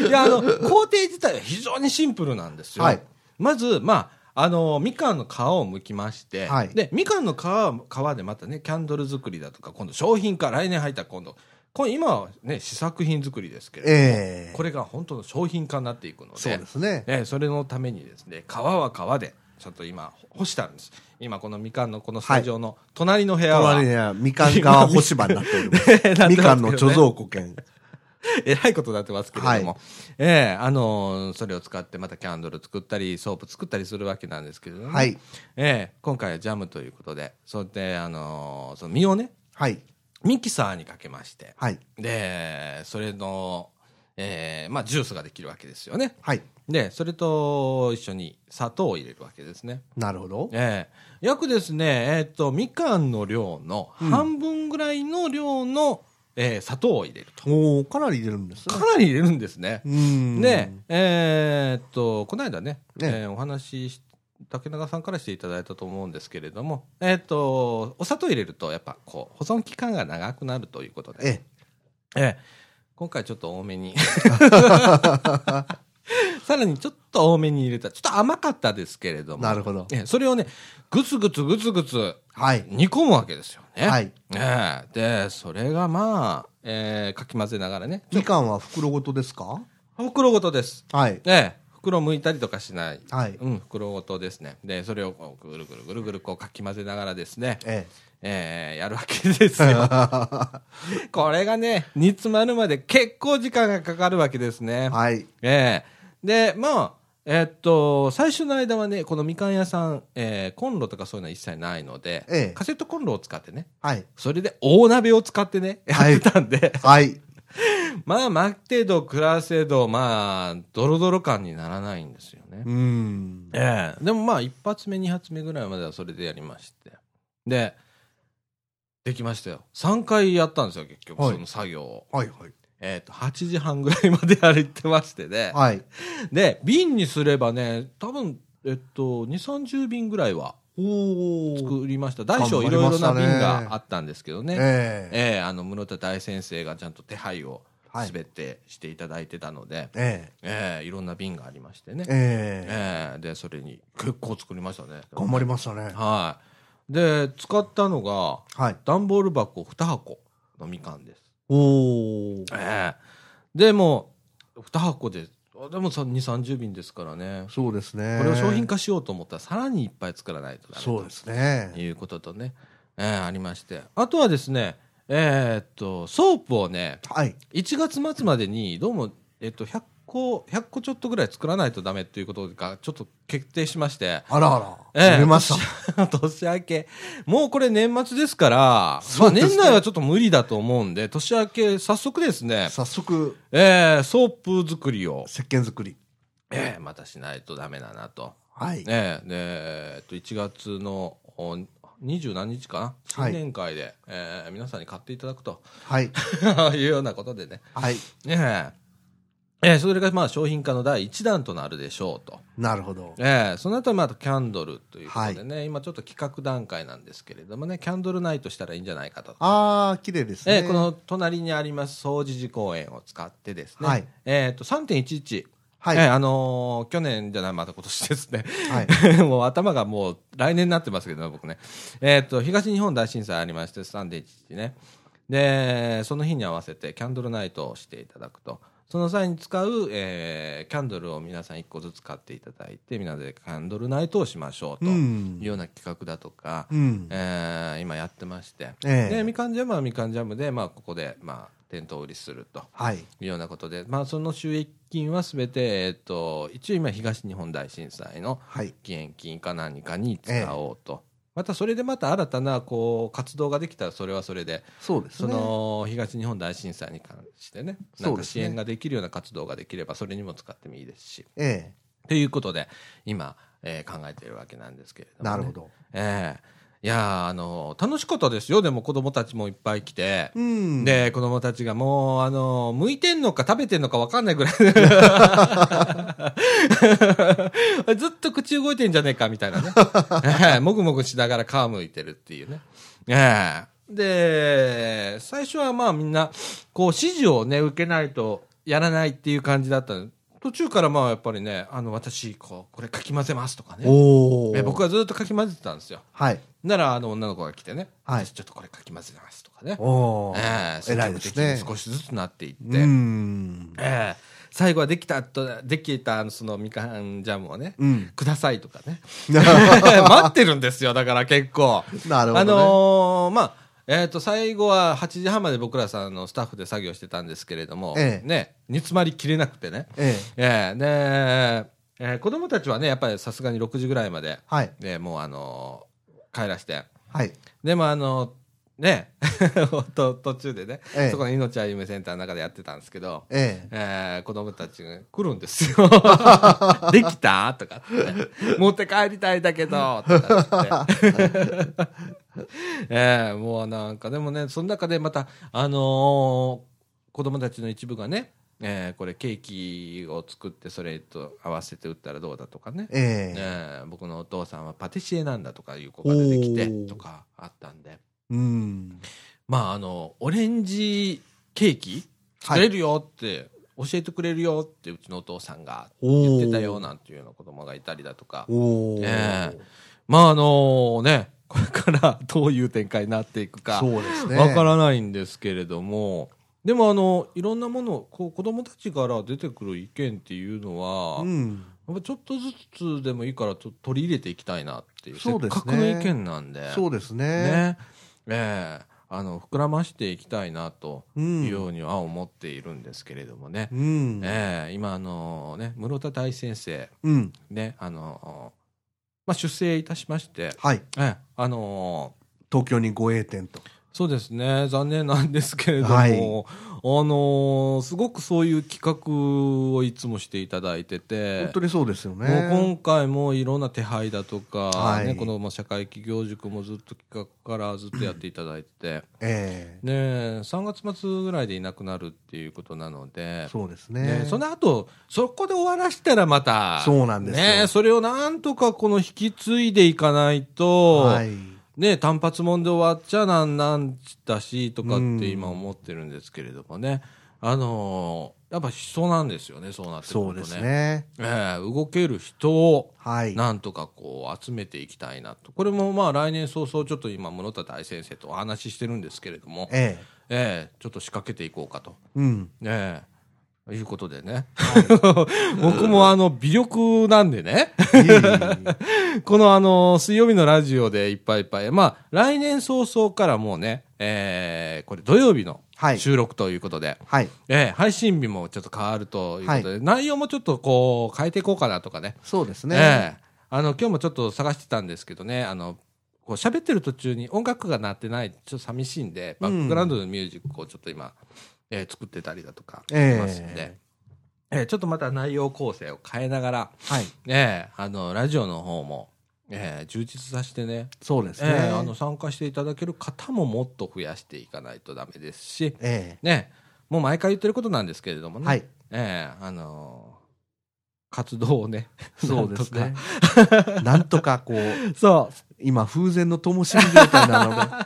[SPEAKER 1] いや、あの、工程自体は非常にシンプルなんですよ。
[SPEAKER 2] はい
[SPEAKER 1] まず、まあ、あの、みかんの皮を剥きまして、
[SPEAKER 2] はい
[SPEAKER 1] で、みかんの皮は、皮でまたね、キャンドル作りだとか、今度商品化、来年入ったら今度、これ今はね、試作品作りですけれど、
[SPEAKER 2] ええ。
[SPEAKER 1] これが本当の商品化になっていくので、
[SPEAKER 2] そうですね。
[SPEAKER 1] ええそれのためにですね、皮は皮で、ちょっと今、干してあるんです。今、このみかんのこのスタジオの隣の部屋は、
[SPEAKER 2] 隣にはみかん川干し場になっております。
[SPEAKER 1] な [LAUGHS] ってますけどね
[SPEAKER 2] みかんの貯蔵庫兼。
[SPEAKER 1] [LAUGHS] えらいことになってますけれども、
[SPEAKER 2] は
[SPEAKER 1] ええあのーそれを使ってまたキャンドル作ったりソープ作ったりするわけなんですけれども、
[SPEAKER 2] はい。
[SPEAKER 1] ええ今回はジャムということでそれで、あのーその実をね
[SPEAKER 2] はい。
[SPEAKER 1] ミキサーにかけまして
[SPEAKER 2] はい。
[SPEAKER 1] でそれの、ええまあ、ジュースができるわけですよね
[SPEAKER 2] はい。
[SPEAKER 1] でそれと一緒に砂糖を入れるわけですね
[SPEAKER 2] なるほど。
[SPEAKER 1] ええ約ですね、えっとみかんの量の半分ぐらいの量の、ええ砂糖を入れると
[SPEAKER 2] おー、かなり入れるんですね
[SPEAKER 1] か。なり入れるんですね、
[SPEAKER 2] うーん。
[SPEAKER 1] ねえーっとこの間ね
[SPEAKER 2] ね
[SPEAKER 1] えーお話しし竹永さんからしていただいたと思うんですけれども、えーっとお砂糖入れるとやっぱこう保存期間が長くなるということで、
[SPEAKER 2] ええ。
[SPEAKER 1] ええ今回ちょっと多め
[SPEAKER 2] [LAUGHS]
[SPEAKER 1] にさらにちょっと多めに入れたちょっと甘かったですけれども
[SPEAKER 2] なるほど
[SPEAKER 1] ええそれをねぐつぐつぐつぐつ
[SPEAKER 2] はい。
[SPEAKER 1] 煮込むわけですよね。
[SPEAKER 2] はい
[SPEAKER 1] ええでそれがまあ、えーかき混ぜながらね
[SPEAKER 2] みかんは袋ごとですか
[SPEAKER 1] 袋ごとです。
[SPEAKER 2] はい。
[SPEAKER 1] ええ、袋剥いたりとかしない、
[SPEAKER 2] はい
[SPEAKER 1] うん、袋ごとですねでそれをこうぐるぐるぐるぐるこうかき混ぜながらですね、
[SPEAKER 2] え
[SPEAKER 1] ええやるわけです
[SPEAKER 2] [LAUGHS]
[SPEAKER 1] よこれがね煮詰まるまで結構時間がかかるわけですね、
[SPEAKER 2] え。はい。
[SPEAKER 1] ええでまあえっと最初の間はねこのみかん屋さん、ええコンロとかそういうのは一切ないので、
[SPEAKER 2] ええ
[SPEAKER 1] カセットコンロを使ってね
[SPEAKER 2] はい。
[SPEAKER 1] それで大鍋を使ってねやっ
[SPEAKER 2] はい
[SPEAKER 1] てたんで、
[SPEAKER 2] はい。
[SPEAKER 1] まあ巻く程度暮らす程度まあドロドロ感にならないんですよね
[SPEAKER 2] う
[SPEAKER 1] [LAUGHS]
[SPEAKER 2] ーん。
[SPEAKER 1] ええでもまあ一発目二発目ぐらいまではそれでやりましてでできましたよ3回やったんですよ結局
[SPEAKER 2] はい
[SPEAKER 1] その作業を、
[SPEAKER 2] はいはい。
[SPEAKER 1] えっ、と8時半ぐらいまで歩いてましてね、
[SPEAKER 2] はい。
[SPEAKER 1] で瓶にすればね多分えっと2 3 0瓶ぐらいは
[SPEAKER 2] おー。
[SPEAKER 1] 作りました大小い
[SPEAKER 2] 頑張り
[SPEAKER 1] ろい
[SPEAKER 2] ま
[SPEAKER 1] ろ
[SPEAKER 2] した
[SPEAKER 1] な
[SPEAKER 2] ね
[SPEAKER 1] 瓶があったんですけどね
[SPEAKER 2] ええ。
[SPEAKER 1] ええあの室田大先生がちゃんと手配を
[SPEAKER 2] はい
[SPEAKER 1] 全てしていただいてたので、
[SPEAKER 2] え
[SPEAKER 1] ええいろんな瓶がありましてね
[SPEAKER 2] え。、
[SPEAKER 1] え
[SPEAKER 2] ええ。
[SPEAKER 1] えでそれに結構作りましたね
[SPEAKER 2] 頑張りましたね。
[SPEAKER 1] はい。で、使ったのが、
[SPEAKER 2] はい。
[SPEAKER 1] 段ボール箱2箱のみかんです。
[SPEAKER 2] おー。
[SPEAKER 1] ええでも、2箱で、あでもさ2、30瓶ですからね。
[SPEAKER 2] そうですね。
[SPEAKER 1] これを商品化しようと思ったら、さらにいっぱい作らないとダメ
[SPEAKER 2] そうです
[SPEAKER 1] と
[SPEAKER 2] ね。
[SPEAKER 1] いうこととね、ええありまして。あとはですね、えーっと、ソープをね、
[SPEAKER 2] はい。
[SPEAKER 1] 1月末までに、どうも、えっと、100個、100個ちょっとぐらい作らないとダメということが、ちょっと決定しまして、
[SPEAKER 2] あらあ
[SPEAKER 1] え
[SPEAKER 2] ら。
[SPEAKER 1] え
[SPEAKER 2] 売れま
[SPEAKER 1] [LAUGHS]
[SPEAKER 2] した。
[SPEAKER 1] 年明け、もうこれ年末ですから、
[SPEAKER 2] そう
[SPEAKER 1] ま
[SPEAKER 2] で
[SPEAKER 1] あ
[SPEAKER 2] す
[SPEAKER 1] 年
[SPEAKER 2] ね
[SPEAKER 1] 内はちょっと無理だと思うんで、年明け、早速ですね、
[SPEAKER 2] 早速、
[SPEAKER 1] えー、ソープ作りを、
[SPEAKER 2] 石鹸作り。
[SPEAKER 1] えー、またしないとダメだなと。
[SPEAKER 2] はい。
[SPEAKER 1] えーでえっと1月のお20何日かな、
[SPEAKER 2] は
[SPEAKER 1] 新
[SPEAKER 2] い
[SPEAKER 1] 年会で、えー皆さんに買っていただくと [LAUGHS]
[SPEAKER 2] はい。
[SPEAKER 1] いうようなことでね、
[SPEAKER 2] はい。
[SPEAKER 1] えーえーそれがまあ商品化の第1弾となるでしょうと。
[SPEAKER 2] なるほど。
[SPEAKER 1] ええその後はまたキャンドルということでね、今ちょっと企画段階なんですけれどもね、キャンドルナイトしたらいいんじゃないかと。
[SPEAKER 2] あー、綺麗です
[SPEAKER 1] ええ
[SPEAKER 2] ね。
[SPEAKER 1] この隣にあります総持寺公園を使ってですね、
[SPEAKER 2] はい
[SPEAKER 1] えっと3.11、
[SPEAKER 2] はい
[SPEAKER 1] ええあのー去年じゃない、また今年ですね、 [LAUGHS]
[SPEAKER 2] はい。
[SPEAKER 1] もう頭がもう来年になってますけどね、僕ね、えっと東日本大震災ありまして、3.11ね、でその日に合わせてキャンドルナイトをしていただくと、その際に使う、えーキャンドルを皆さん1個ずつ買っていただいて、みんなでキャンドルナイトをしましょうと
[SPEAKER 2] う
[SPEAKER 1] い
[SPEAKER 2] ん
[SPEAKER 1] うような企画だとか、
[SPEAKER 2] うん。
[SPEAKER 1] えー今やってまして、
[SPEAKER 2] ええ
[SPEAKER 1] でみかんジャムはみかんジャムで、まあ、ここで、まあ、店頭売りすると
[SPEAKER 2] はい。
[SPEAKER 1] いうようなことで、まあ、その収益金はすべて、えっと一応今東日本大震災の
[SPEAKER 2] はい。
[SPEAKER 1] 義援金か何かに使おうと、またそれでまた新たなこう活動ができたらそれはそれで
[SPEAKER 2] そうです
[SPEAKER 1] そ
[SPEAKER 2] ね。
[SPEAKER 1] の東日本大震災に関してねなん
[SPEAKER 2] そう
[SPEAKER 1] か
[SPEAKER 2] です
[SPEAKER 1] 支
[SPEAKER 2] ね
[SPEAKER 1] 援ができるような活動ができればそれにも使ってもいいですし。
[SPEAKER 2] え
[SPEAKER 1] ということで今、えー考えているわけなんですけれど
[SPEAKER 2] え。
[SPEAKER 1] もね、
[SPEAKER 2] なるほど。
[SPEAKER 1] ええいやーあの楽しかったですよでも子供たちもいっぱい来て、
[SPEAKER 2] うん。
[SPEAKER 1] で子供たちがもうあの向いてんのか食べてんのか分かんないぐらい [LAUGHS] ずっと口動いてんじゃねえかみたいなね、ええもぐもぐしながら皮むいてるっていうね、ええで最初はまあみんなこう指示をね受けないとやらないっていう感じだったの途中からまあやっぱりねあの私こうこれかき混ぜますとかね
[SPEAKER 2] おお。
[SPEAKER 1] え僕はずっとかき混ぜてたんですよ。
[SPEAKER 2] はい。
[SPEAKER 1] なら、あの、女の子が来てね、
[SPEAKER 2] はい
[SPEAKER 1] 私ちょっとこれかき混ぜますとかね。
[SPEAKER 2] おお。
[SPEAKER 1] ええ積
[SPEAKER 2] 偉い
[SPEAKER 1] 極
[SPEAKER 2] で
[SPEAKER 1] 的
[SPEAKER 2] す
[SPEAKER 1] に
[SPEAKER 2] ね。
[SPEAKER 1] 少しずつなっていって、
[SPEAKER 2] うん。
[SPEAKER 1] ええ最後はできたと、できた、あのそのみかんジャムをね、
[SPEAKER 2] うん。 [LAUGHS]
[SPEAKER 1] くださいとかね。 [LAUGHS] 待ってるんですよ、だから結構。
[SPEAKER 2] なるほど、ね。
[SPEAKER 1] あのーまあ、えっ、と、最後は8時半まで僕らさんのスタッフで作業してたんですけれども、
[SPEAKER 2] ええ
[SPEAKER 1] ね、煮詰まりきれなくてね。
[SPEAKER 2] ええ。
[SPEAKER 1] ええで、ええ子供たちはね、やっぱりさすがに6時ぐらいまで、
[SPEAKER 2] はい。
[SPEAKER 1] でもうあの帰らして
[SPEAKER 2] はい。
[SPEAKER 1] でもあのね [LAUGHS] と途中でね、
[SPEAKER 2] ええ
[SPEAKER 1] そこの命あゆめセンターの中でやってたんですけど、
[SPEAKER 2] え
[SPEAKER 1] えー子供たちが来るんです
[SPEAKER 2] [LAUGHS]
[SPEAKER 1] よできたとかって持って帰りたいだけどとかって [LAUGHS] ええもうなんかでもねその中でまたあのー子供たちの一部がねえーこれケーキを作ってそれと合わせて売ったらどうだとかね
[SPEAKER 2] え。ええ。
[SPEAKER 1] ええ僕のお父さんはパティシエなんだとかいう子が出てきて
[SPEAKER 2] おー
[SPEAKER 1] とかあったんで
[SPEAKER 2] うん。
[SPEAKER 1] まああのオレンジケーキ作れるよって、教えてくれるよってうちのお父さんが言ってたよなんていうような子供がいたりだとか
[SPEAKER 2] おお。
[SPEAKER 1] ええまああのね [LAUGHS] これからどういう展開になっていくか
[SPEAKER 2] そうですね。
[SPEAKER 1] わからないんですけれども、でもあのいろんなものこう子供たちから出てくる意見っていうのは、
[SPEAKER 2] うん。
[SPEAKER 1] やっぱちょっとずつでもいいからちょっと取り入れていきたいなっていう
[SPEAKER 2] そうですね
[SPEAKER 1] せっかくの意見なんで
[SPEAKER 2] そうですね。
[SPEAKER 1] ねええあの膨らましていきたいなと
[SPEAKER 2] う
[SPEAKER 1] い
[SPEAKER 2] ん。
[SPEAKER 1] うようには思っているんですけれどもね、
[SPEAKER 2] うん。
[SPEAKER 1] ええ今あのね室田大先生
[SPEAKER 2] うん。
[SPEAKER 1] ねあの、まあ、出生いたしまして、
[SPEAKER 2] はい。
[SPEAKER 1] ええあの
[SPEAKER 2] 東京に護衛店と。
[SPEAKER 1] そうですね残念なんですけれども、
[SPEAKER 2] はい
[SPEAKER 1] あのすごくそういう企画をいつもしていただいてて
[SPEAKER 2] 本当にそうですよね。
[SPEAKER 1] もう今回もいろんな手配だとか、
[SPEAKER 2] はい
[SPEAKER 1] ね、このまあ社会企業塾もずっと企画からずっとやっていただいて
[SPEAKER 2] え
[SPEAKER 1] ねえ3月末ぐらいでいなくなるっていうことなの
[SPEAKER 2] え
[SPEAKER 1] で。
[SPEAKER 2] そうです
[SPEAKER 1] ね
[SPEAKER 2] ね。
[SPEAKER 1] えその後そこで終わらしたらまた
[SPEAKER 2] そうなんですよ
[SPEAKER 1] ねえそれをなんとかこの引き継いでいかないと、
[SPEAKER 2] はい。
[SPEAKER 1] ねえ単発もんで終わっちゃなんなんだしとかっ
[SPEAKER 2] うん
[SPEAKER 1] て今思ってるんですけれどもね、あのーやっぱ人なんですよねそうなってくる
[SPEAKER 2] そ
[SPEAKER 1] と
[SPEAKER 2] う
[SPEAKER 1] ね
[SPEAKER 2] ですね。
[SPEAKER 1] ええ動ける人を
[SPEAKER 2] はい。
[SPEAKER 1] なんとかこう集めていきたいなとこれもまあ来年早々ちょっと今室田大先生とお話ししてるんですけれども、え
[SPEAKER 2] ええ。
[SPEAKER 1] えちょっと仕掛けていこうかと、
[SPEAKER 2] うん。
[SPEAKER 1] ええいうことでね [LAUGHS] 僕もあの微力なんでね [LAUGHS]
[SPEAKER 2] いえいえ
[SPEAKER 1] このあの水曜日のラジオでいっぱいいっぱいまあ来年早々からもうね、ええこれ土曜日の
[SPEAKER 2] はい
[SPEAKER 1] 収録ということで。
[SPEAKER 2] はい。
[SPEAKER 1] ええ配信日もちょっと変わるということで、
[SPEAKER 2] は
[SPEAKER 1] 内容もちょっとこう変えていこうかなとかね、
[SPEAKER 2] そうですね。
[SPEAKER 1] ええあの今日もちょっと探してたんですけどねあのこう喋ってる途中に音楽が鳴ってないちょっと寂しいんでバックグラウンドのミュージックをちょっと今、ええ作ってたりだとかし
[SPEAKER 2] ええ
[SPEAKER 1] ますんで、ええちょっとまた内容構成を変えながら、
[SPEAKER 2] はい。
[SPEAKER 1] ええあのラジオの方も、ええ充実させてね、
[SPEAKER 2] そうです
[SPEAKER 1] え
[SPEAKER 2] ね。
[SPEAKER 1] えあの参加していただける方ももっと増やしていかないとダメですし、
[SPEAKER 2] え
[SPEAKER 1] ね、もう毎回言ってることなんですけれども
[SPEAKER 2] え。
[SPEAKER 1] ね、
[SPEAKER 2] はい。
[SPEAKER 1] ええあの活動をね
[SPEAKER 2] そうです
[SPEAKER 1] なん
[SPEAKER 2] ね
[SPEAKER 1] とか。
[SPEAKER 2] なんとかこう、
[SPEAKER 1] そう
[SPEAKER 2] 今風前の灯火状態なの
[SPEAKER 1] [LAUGHS]
[SPEAKER 2] で、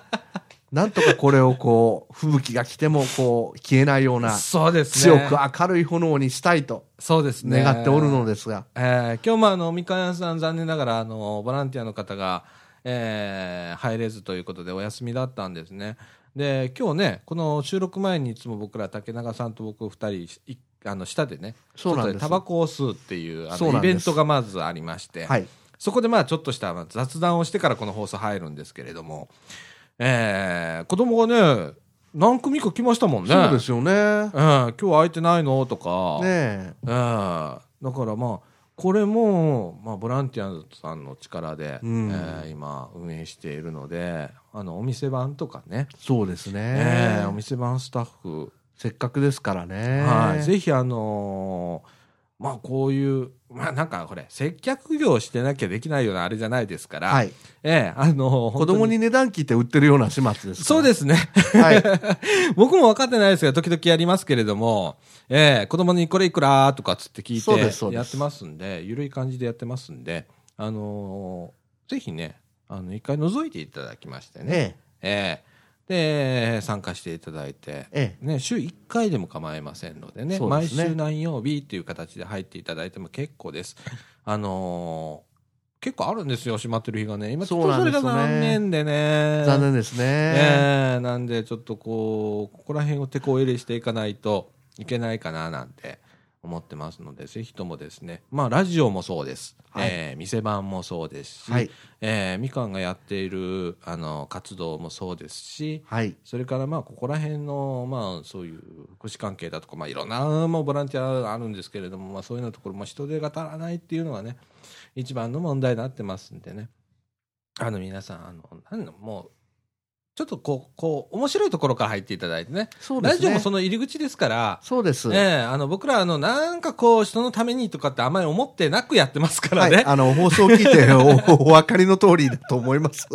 [SPEAKER 2] なんとかこれをこう、吹雪が来てもこう、消えないような、
[SPEAKER 1] そうです
[SPEAKER 2] 強
[SPEAKER 1] ね。
[SPEAKER 2] く明るい炎にしたいと
[SPEAKER 1] そうですね。
[SPEAKER 2] 願っておるのですが、
[SPEAKER 1] えー今日もあの、みかん屋さん残念ながら、あの、ボランティアの方が、えー入れずということでお休みだったんですね。で、今日ね、この収録前にいつも僕ら竹永さんと僕二人、いあの下でね、
[SPEAKER 2] そうなんです
[SPEAKER 1] 外タバコを吸うっていうあ
[SPEAKER 2] そ
[SPEAKER 1] の
[SPEAKER 2] うな
[SPEAKER 1] イ
[SPEAKER 2] ん
[SPEAKER 1] ベ
[SPEAKER 2] です
[SPEAKER 1] ントがまずありまして、
[SPEAKER 2] はい。
[SPEAKER 1] そこでまあちょっとしたまあ雑談をしてからこの放送入るんですけれども、えー、子供がね、何組か来ましたもんね。
[SPEAKER 2] そうですよ
[SPEAKER 1] う
[SPEAKER 2] ね。
[SPEAKER 1] ん、今日空いてないのとか、
[SPEAKER 2] ね
[SPEAKER 1] うん、だからまあ、これも、まあ、ボランティアさんの力で、
[SPEAKER 2] うん
[SPEAKER 1] えー今運営しているのであのお店番とかね、
[SPEAKER 2] そうですね。
[SPEAKER 1] えーお店番スタッフ
[SPEAKER 2] せっかくですからね。
[SPEAKER 1] はい、ぜひあのーまあこういうまあなんかこれ接客業してなきゃできないようなあれじゃないですから、
[SPEAKER 2] はい。
[SPEAKER 1] ええあのー
[SPEAKER 2] 子供に値段聞いて売ってるような始末です
[SPEAKER 1] そう
[SPEAKER 2] す。
[SPEAKER 1] ですね
[SPEAKER 2] はい。
[SPEAKER 1] [LAUGHS] 僕も分かってないですが時々やりますけれども、ええ子供にこれいくらとかつって聞
[SPEAKER 2] そうで
[SPEAKER 1] い
[SPEAKER 2] すそう
[SPEAKER 1] て
[SPEAKER 2] です
[SPEAKER 1] やってますんで緩い感じでやってますんであのーぜひねあの一回覗いていただきましてね
[SPEAKER 2] ね
[SPEAKER 1] ええで参加していただいて
[SPEAKER 2] え。ええ。
[SPEAKER 1] ね、週1回でも構いませんのでね
[SPEAKER 2] そうで
[SPEAKER 1] 毎
[SPEAKER 2] すね
[SPEAKER 1] 週何曜日っていう形で入っていただいても結構です。あのー結構あるんですよ、閉まってる日がね。今ちょっ
[SPEAKER 2] そ
[SPEAKER 1] と
[SPEAKER 2] うなん
[SPEAKER 1] そ
[SPEAKER 2] で
[SPEAKER 1] れ
[SPEAKER 2] すよ
[SPEAKER 1] が
[SPEAKER 2] ね
[SPEAKER 1] 残念でね。
[SPEAKER 2] 残念ですね。
[SPEAKER 1] ええなんでちょっとこう、ここら辺を手こ入れしていかないといけないかななんて思ってますので、ぜひともですね、まあラジオもそうです。
[SPEAKER 2] はい
[SPEAKER 1] ええ店番もそうですし、
[SPEAKER 2] はい。
[SPEAKER 1] ええみかんがやっている、あの、活動もそうですし、
[SPEAKER 2] はい。
[SPEAKER 1] それからまあここら辺のまあそういう福祉関係だとかまあいろんなもうボランティアあるんですけれどもまあそういうのところも人手が足らないっていうのがね一番の問題になってますんでねあの皆さんあの何のもうちょっとこうこう面白いところから入っていただいてね
[SPEAKER 2] そうで
[SPEAKER 1] ラ
[SPEAKER 2] すね。
[SPEAKER 1] ジオもその入り口ですから。
[SPEAKER 2] そうです。
[SPEAKER 1] ええあの僕らあのなんかこう人のためにとかってあまり思ってなくやってますから
[SPEAKER 2] は
[SPEAKER 1] ね、
[SPEAKER 2] い。あの、放送聞いておお分かりの通りだと思います。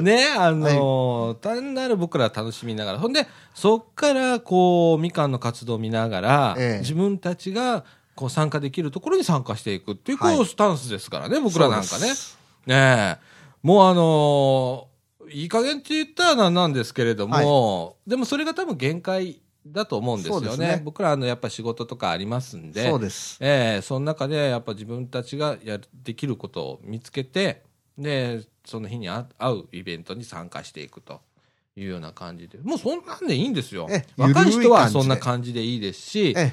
[SPEAKER 1] ね、あのー単なる僕らは楽しみながら、ほんで、そっから、こう、みかんの活動を見ながら、
[SPEAKER 2] ええ
[SPEAKER 1] 自分たちが、こう、参加できるところに参加していくっていう、
[SPEAKER 2] はい
[SPEAKER 1] こう、スタンスですからね、僕らなんか
[SPEAKER 2] そう
[SPEAKER 1] ね
[SPEAKER 2] で。す
[SPEAKER 1] ねえもうあのーいい加減って言ったらなんなんですけれども、でもそれが多分限界だと思うんですよ
[SPEAKER 2] そ
[SPEAKER 1] ね。
[SPEAKER 2] うですね
[SPEAKER 1] 僕ら、あの、やっぱ仕事とかありますんで、
[SPEAKER 2] そうです。
[SPEAKER 1] ええその中でやっぱ自分たちがやるできることを見つけてでその日にあ合うイベントに参加していくというような感じでもうそんなんでいいんですよ
[SPEAKER 2] え
[SPEAKER 1] 若い
[SPEAKER 2] ゆる
[SPEAKER 1] 人
[SPEAKER 2] い
[SPEAKER 1] は
[SPEAKER 2] 感じで
[SPEAKER 1] そんな感じでいいですし
[SPEAKER 2] ええ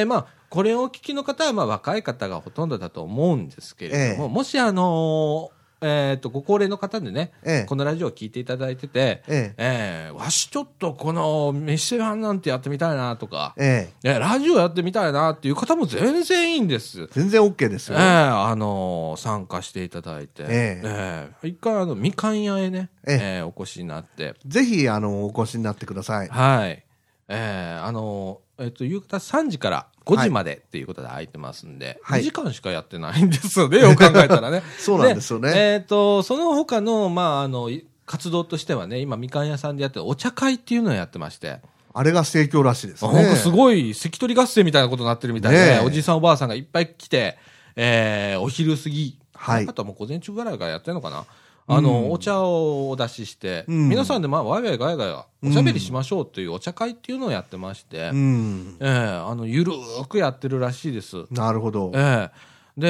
[SPEAKER 1] でまあこれをお聞きの方はまあ若い方がほとんどだと思うんですけれども、
[SPEAKER 2] ええ
[SPEAKER 1] もしあのーえーとご高齢の方でね、
[SPEAKER 2] ええ
[SPEAKER 1] このラジオを聞いていただいてて、
[SPEAKER 2] ええ
[SPEAKER 1] ええわしちょっとこの飯飯なんてやってみたいなとか、
[SPEAKER 2] ええ。
[SPEAKER 1] ね、ラジオやってみたいなっていう方も全然いいんです。
[SPEAKER 2] 全然 OK です
[SPEAKER 1] ええ
[SPEAKER 2] よ。
[SPEAKER 1] あのー参加していただいて、
[SPEAKER 2] え
[SPEAKER 1] ええ一回あのみかん屋へね、
[SPEAKER 2] え
[SPEAKER 1] え
[SPEAKER 2] え
[SPEAKER 1] えお越しになって、
[SPEAKER 2] ぜひ、あの、お越しになってください。
[SPEAKER 1] はい、ええあのーえっと夕方3時から5時までっていうことで空いてますんで、
[SPEAKER 2] はい
[SPEAKER 1] 2時間しかやってないんですよね、よく考えたらね。
[SPEAKER 2] [LAUGHS] そうなんですよね。
[SPEAKER 1] えっとその他のまああのい活動としてはね、今みかん屋さんでやってるお茶会っていうのをやってまして。
[SPEAKER 2] あれが盛況らしいです
[SPEAKER 1] なん
[SPEAKER 2] ね
[SPEAKER 1] か。すごい関取合戦みたいなことになってるみたいで、
[SPEAKER 2] ねえ
[SPEAKER 1] おじさんおばあさんがいっぱい来て、えーお昼過ぎ、
[SPEAKER 2] はい
[SPEAKER 1] あとはもう午前中ぐらいからやってるのかな。あの、
[SPEAKER 2] うん
[SPEAKER 1] お茶をお出しして、
[SPEAKER 2] うん
[SPEAKER 1] 皆さんでまあワイワイガヤガヤおしゃべりしましょうというお茶会っていうのをやってまして、
[SPEAKER 2] うん。
[SPEAKER 1] えーあの、ゆるーくやってるらしいです。
[SPEAKER 2] なるほど。
[SPEAKER 1] ええ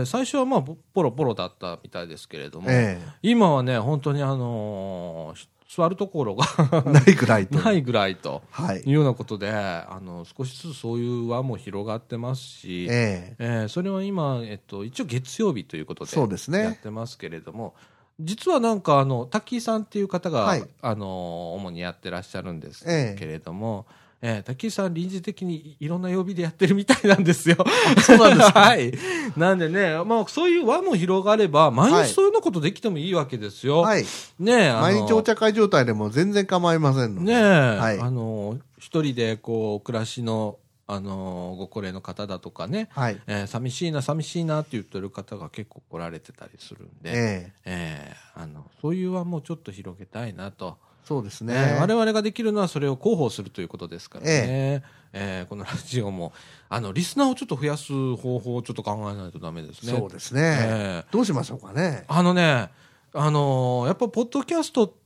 [SPEAKER 1] で、最初はまあ、ぼポロポロだったみたいですけれども、
[SPEAKER 2] え
[SPEAKER 1] 今はね、本当にあのー座るところが [LAUGHS]
[SPEAKER 2] え。ないくらいと。
[SPEAKER 1] ないぐらいと。
[SPEAKER 2] は
[SPEAKER 1] い
[SPEAKER 2] い。
[SPEAKER 1] うようなことであの少しずつそういう輪も広がってますし、え
[SPEAKER 2] ええ。
[SPEAKER 1] ーそれは今、えっと、一応月曜日ということで
[SPEAKER 2] そうですね
[SPEAKER 1] やってますけれども、実はなんかあのタッキーさんっていう方が、
[SPEAKER 2] はい
[SPEAKER 1] あの主にやってらっしゃるんです
[SPEAKER 2] ええ
[SPEAKER 1] けれども。えー、タッキーさん臨時的にいろんな曜日でやってるみたいなんですよ。そうなんです、 [LAUGHS] はい。なんでね、まあそういう輪も広がれば、毎
[SPEAKER 2] はい
[SPEAKER 1] 日そういうようなことできてもいいわけですよ。
[SPEAKER 2] はい。
[SPEAKER 1] ねえ、あの
[SPEAKER 2] 毎日お茶会状態でも全然構いませんので。
[SPEAKER 1] ねえ、
[SPEAKER 2] はい
[SPEAKER 1] あの一人でこう暮らしのあのご高齢の方だとかね、
[SPEAKER 2] はい。
[SPEAKER 1] えー寂しいな寂しいなって言ってる方が結構来られてたりするんで、え
[SPEAKER 2] ええ。
[SPEAKER 1] ーあのそういうはもうちょっと広げたいなと、
[SPEAKER 2] そうです
[SPEAKER 1] ね
[SPEAKER 2] ね。
[SPEAKER 1] 我々ができるのはそれを広報するということですからね、えーこのラジオもあのリスナーをちょっと増やす方法をちょっと考えないとダメですね。
[SPEAKER 2] そうです
[SPEAKER 1] え
[SPEAKER 2] ね
[SPEAKER 1] え。
[SPEAKER 2] どうしましょうかね。
[SPEAKER 1] あのね、あのーやっぱポッドキャスト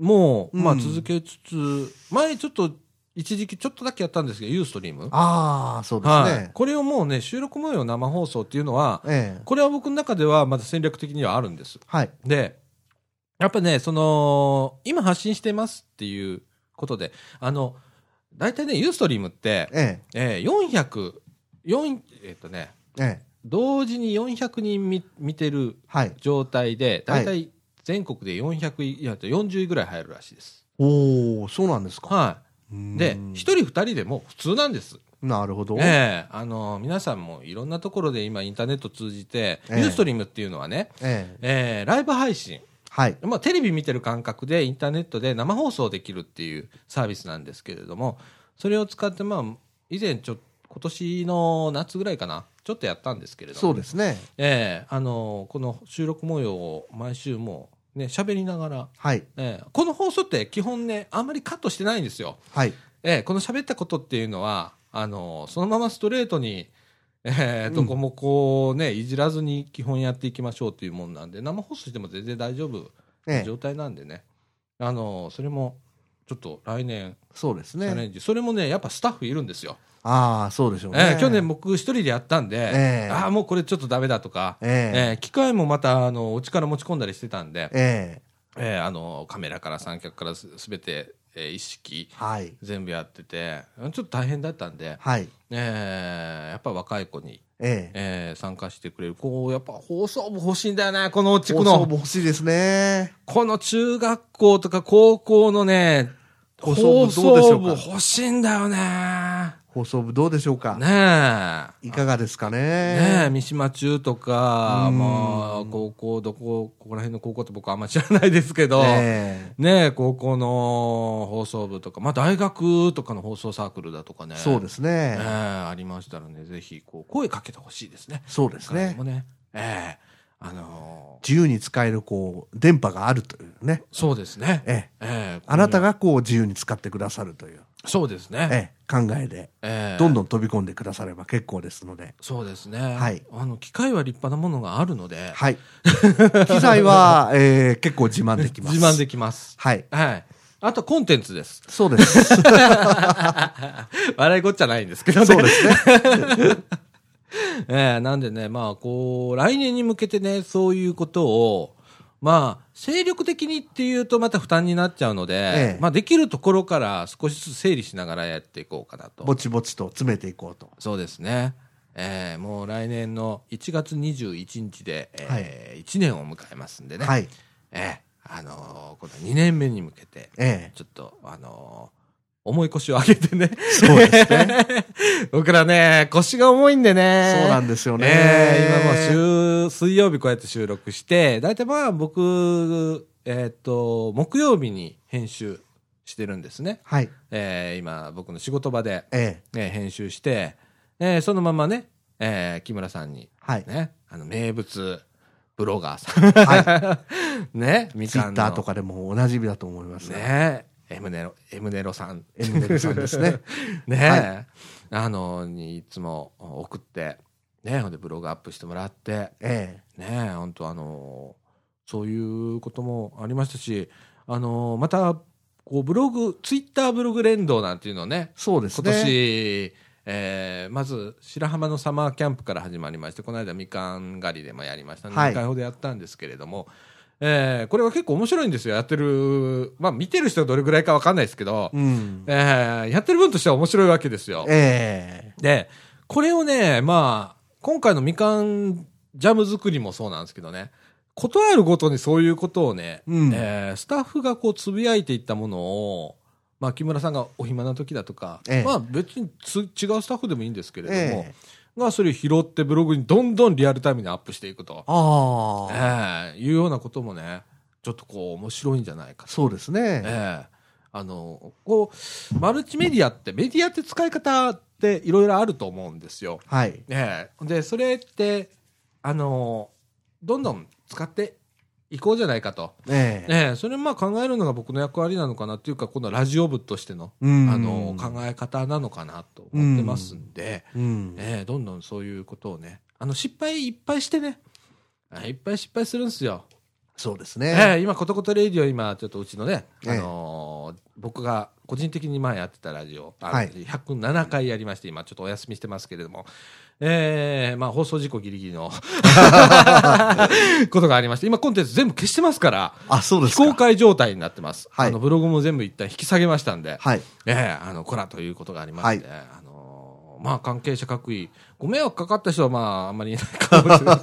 [SPEAKER 1] も、まあ
[SPEAKER 2] うん
[SPEAKER 1] 続けつつ、前ちょっと一時期ちょっとだけやったんですけど、ユーストリーム。
[SPEAKER 2] ああ、そうです
[SPEAKER 1] はい
[SPEAKER 2] ね。。
[SPEAKER 1] これをもうね、収録模様生放送っていうのは、
[SPEAKER 2] ええ。
[SPEAKER 1] これは僕の中ではまだ戦略的にはあるんです。
[SPEAKER 2] はい。
[SPEAKER 1] で、やっぱね、その、今発信してますっていうことで、あの、大体ね、ユーストリームって、
[SPEAKER 2] え
[SPEAKER 1] えー、400、4えっとね、
[SPEAKER 2] え、ええ、
[SPEAKER 1] 同時に400人見見てる
[SPEAKER 2] はい。
[SPEAKER 1] 状態で、
[SPEAKER 2] は
[SPEAKER 1] 大
[SPEAKER 2] い
[SPEAKER 1] 体全国で400位、いや、40位ぐらい入るらしいです。
[SPEAKER 2] おお、そうなんですか。
[SPEAKER 1] は
[SPEAKER 2] う
[SPEAKER 1] い。
[SPEAKER 2] ん
[SPEAKER 1] で、1人2人でも普通なんです。
[SPEAKER 2] なるほど。え
[SPEAKER 1] ええあの皆さんもいろんなところで今インターネット通じて、
[SPEAKER 2] ええ
[SPEAKER 1] ユーストリームっていうのはね、
[SPEAKER 2] え、
[SPEAKER 1] ええライブ配信、
[SPEAKER 2] はい。
[SPEAKER 1] まあ、テレビ見てる感覚でインターネットで生放送できるっていうサービスなんですけれども、それを使って、まあ、以前ちょ、今年の夏ぐらいかな、ちょっとやったんですけれども、
[SPEAKER 2] そうですね。
[SPEAKER 1] ええあのこの収録模様を毎週もうね、喋りながら、
[SPEAKER 2] はい。
[SPEAKER 1] ええこの放送って基本ね、あんまりカットしてないんですよ。
[SPEAKER 2] はい。
[SPEAKER 1] ええこの喋ったことっていうのは、あのそのままストレートに、ええどこもこうね、いじらずに基本やっていきましょうっていうもんなんで、生放送しても全然大丈夫
[SPEAKER 2] ええ、
[SPEAKER 1] 状態なんでね、あのそれもちょっと来年
[SPEAKER 2] そうです
[SPEAKER 1] チャレ
[SPEAKER 2] ね。
[SPEAKER 1] ンジ、それもね、やっぱスタッフいるんですよ。
[SPEAKER 2] ああ、そうでしょう
[SPEAKER 1] ええ
[SPEAKER 2] ね。
[SPEAKER 1] 去年、僕一人でやったんで、
[SPEAKER 2] ええ
[SPEAKER 1] ああ、もうこれちょっとダメだとか、
[SPEAKER 2] え
[SPEAKER 1] ええ機械もまたあのお力持ち込んだりしてたんで
[SPEAKER 2] え、、ええ、
[SPEAKER 1] ええあのカメラから三脚からすすべて、ええ一式
[SPEAKER 2] はい。
[SPEAKER 1] 全部やってて、ちょっと大変だったんで、
[SPEAKER 2] はい。
[SPEAKER 1] えーやっぱ若い子に、
[SPEAKER 2] ええ。
[SPEAKER 1] えー参加してくれる。こう、やっぱ放送部欲しいんだよね、この地区
[SPEAKER 2] 放送
[SPEAKER 1] の
[SPEAKER 2] も。欲しいですね。
[SPEAKER 1] この中学校とか高校のね、
[SPEAKER 2] 放
[SPEAKER 1] 放
[SPEAKER 2] 送部どうでしょ
[SPEAKER 1] 送
[SPEAKER 2] う
[SPEAKER 1] 部
[SPEAKER 2] か
[SPEAKER 1] 欲しいんだよね。
[SPEAKER 2] 放送部どうでしょうか。
[SPEAKER 1] ねえ。
[SPEAKER 2] いかがですかね。
[SPEAKER 1] ねえ、三島中とか、
[SPEAKER 2] うん
[SPEAKER 1] まあ、高校、どこ、ここら辺の高校って僕あんま知らないですけど、
[SPEAKER 2] え
[SPEAKER 1] ねえ、高校の放送部とか、まあ大学とかの放送サークルだとかね。。
[SPEAKER 2] えそうですすね。
[SPEAKER 1] ええありましたらね、ぜひ、こう、声かけてほしいですね。
[SPEAKER 2] そうです
[SPEAKER 1] 彼
[SPEAKER 2] ね
[SPEAKER 1] も。ね。ええあの
[SPEAKER 2] 自由に使える、こう、電波があるというね。
[SPEAKER 1] ーそうですね。
[SPEAKER 2] ええ。
[SPEAKER 1] ええ
[SPEAKER 2] あなた。がこう自由に使ってくださるという、
[SPEAKER 1] そうですね。
[SPEAKER 2] ええ、考えで、
[SPEAKER 1] ええ
[SPEAKER 2] どんどん飛び込んでくだされば結構ですので。
[SPEAKER 1] そうですね。
[SPEAKER 2] はい
[SPEAKER 1] あの、機械は立派なものがあるので、
[SPEAKER 2] はい。
[SPEAKER 1] [LAUGHS]
[SPEAKER 2] 機材は、えー結構自慢できます。
[SPEAKER 1] 自慢できます。
[SPEAKER 2] はい。
[SPEAKER 1] はい。あと、コンテンツ
[SPEAKER 2] [LAUGHS]
[SPEAKER 1] です。
[SPEAKER 2] そ
[SPEAKER 1] [LAUGHS]
[SPEAKER 2] うです。
[SPEAKER 1] 笑いごっちゃないんですけどね。
[SPEAKER 2] そうですね。
[SPEAKER 1] え [LAUGHS] えなんでね、まあ、こう、来年に向けてね、そういうことを、まあ、精力的にっていうとまた負担になっちゃうので、
[SPEAKER 2] ええ
[SPEAKER 1] まあ、できるところから少しずつ整理しながらやっていこうかなと。
[SPEAKER 2] ぼちぼちと詰めていこうと。
[SPEAKER 1] そうですね。えーもう来年の1月21日で、え1年を迎えますんでね。
[SPEAKER 2] はい。
[SPEAKER 1] えーあのーこの2年目に向けて、
[SPEAKER 2] ええ
[SPEAKER 1] ちょっと、あのー重い腰を上げてね。
[SPEAKER 2] そうですね。
[SPEAKER 1] [LAUGHS] 僕らね、腰が重いんでね。
[SPEAKER 2] そうなんですよね
[SPEAKER 1] えー今もう週、水曜日こうやって収録して、だいたいまあ僕、えーっと、木曜日に編集してるんですね。
[SPEAKER 2] はい。
[SPEAKER 1] えー今僕の仕事場で。
[SPEAKER 2] ええ
[SPEAKER 1] ね、編集して、えーそのままね、えー木村さんに、
[SPEAKER 2] はい。
[SPEAKER 1] ね、あの名物ブロガーさん、 [LAUGHS] ね、み
[SPEAKER 2] ツイ
[SPEAKER 1] かん
[SPEAKER 2] ッ
[SPEAKER 1] の
[SPEAKER 2] ターとかでもおなじみだと思います。
[SPEAKER 1] ね、エムネロ、エムネロさん、
[SPEAKER 2] エムネルさんですね。
[SPEAKER 1] [LAUGHS] ね、
[SPEAKER 2] は
[SPEAKER 1] あの、にいつも送って、ね、ほんでブログアップしてもらって、
[SPEAKER 2] え
[SPEAKER 1] ね、本当あの、そういうこともありましたし、あの、また、こうブログ、ツイッターブログ連動なんていうのをね、
[SPEAKER 2] そうです
[SPEAKER 1] 今
[SPEAKER 2] ね。
[SPEAKER 1] 年、えーまず白浜のサマーキャンプから始まりましてこの間みかん狩りでもやりましたので、
[SPEAKER 2] はい
[SPEAKER 1] 2回ほどやったんですけれども、えーこれは結構面白いんですよやってるまあ見てる人はどれぐらいかわかんないですけど、
[SPEAKER 2] うん。
[SPEAKER 1] えーやってる分としては面白いわけですよ。
[SPEAKER 2] ええ
[SPEAKER 1] でこれをねまあ今回のみかんジャム作りもそうなんですけどね断るごとにそういうことをね、
[SPEAKER 2] うん
[SPEAKER 1] えースタッフがこうつぶやいていったものを、まあ、木村さんがお暇な時だとか、
[SPEAKER 2] ええ
[SPEAKER 1] まあ、別につ違うスタッフでもいいんですけれども、
[SPEAKER 2] ええ
[SPEAKER 1] がそれを拾ってブログにどんどんリアルタイムにアップしていくと、
[SPEAKER 2] あ
[SPEAKER 1] え
[SPEAKER 2] あ、
[SPEAKER 1] えいうようなこともねちょっとこう面白いんじゃないかと
[SPEAKER 2] そうですね。
[SPEAKER 1] ええあのこうマルチメディアってメディアって使い方っていろいろあると思うんですよ。
[SPEAKER 2] はい。
[SPEAKER 1] ええでそれってあのどんどん使っていこうじゃないかと、
[SPEAKER 2] ええ
[SPEAKER 1] ええそれまあ考えるのが僕の役割なのかなっていうかこのラジオ部としての,、
[SPEAKER 2] うん
[SPEAKER 1] あの考え方なのかなと思ってますんで、
[SPEAKER 2] うん。
[SPEAKER 1] ええどんどんそういうことをねあの失敗いっぱいしてねあいっぱい失敗するんですよ。
[SPEAKER 2] そうです
[SPEAKER 1] え
[SPEAKER 2] ね。
[SPEAKER 1] え今、ことことレイディオ、今、ちょっとうちのね、
[SPEAKER 2] ええ
[SPEAKER 1] あのー僕が個人的に前やってたラジオ、あの
[SPEAKER 2] はい
[SPEAKER 1] 107回やりまして、今ちょっとお休みしてますけれども、えー、まあ放送事故ギリギリ
[SPEAKER 2] [LAUGHS]
[SPEAKER 1] のことがありまして、今コンテンツ全部消してますから、
[SPEAKER 2] あ、そうで
[SPEAKER 1] 非
[SPEAKER 2] すか。
[SPEAKER 1] 公開状態になってます。
[SPEAKER 2] はい
[SPEAKER 1] あのブログも全部一旦引き下げましたんで、
[SPEAKER 2] はい。
[SPEAKER 1] ええあの、こらということがありまして、あのーまあ、関係者各位、ご迷惑かかった人は、まあ、あんまりいないかもしれな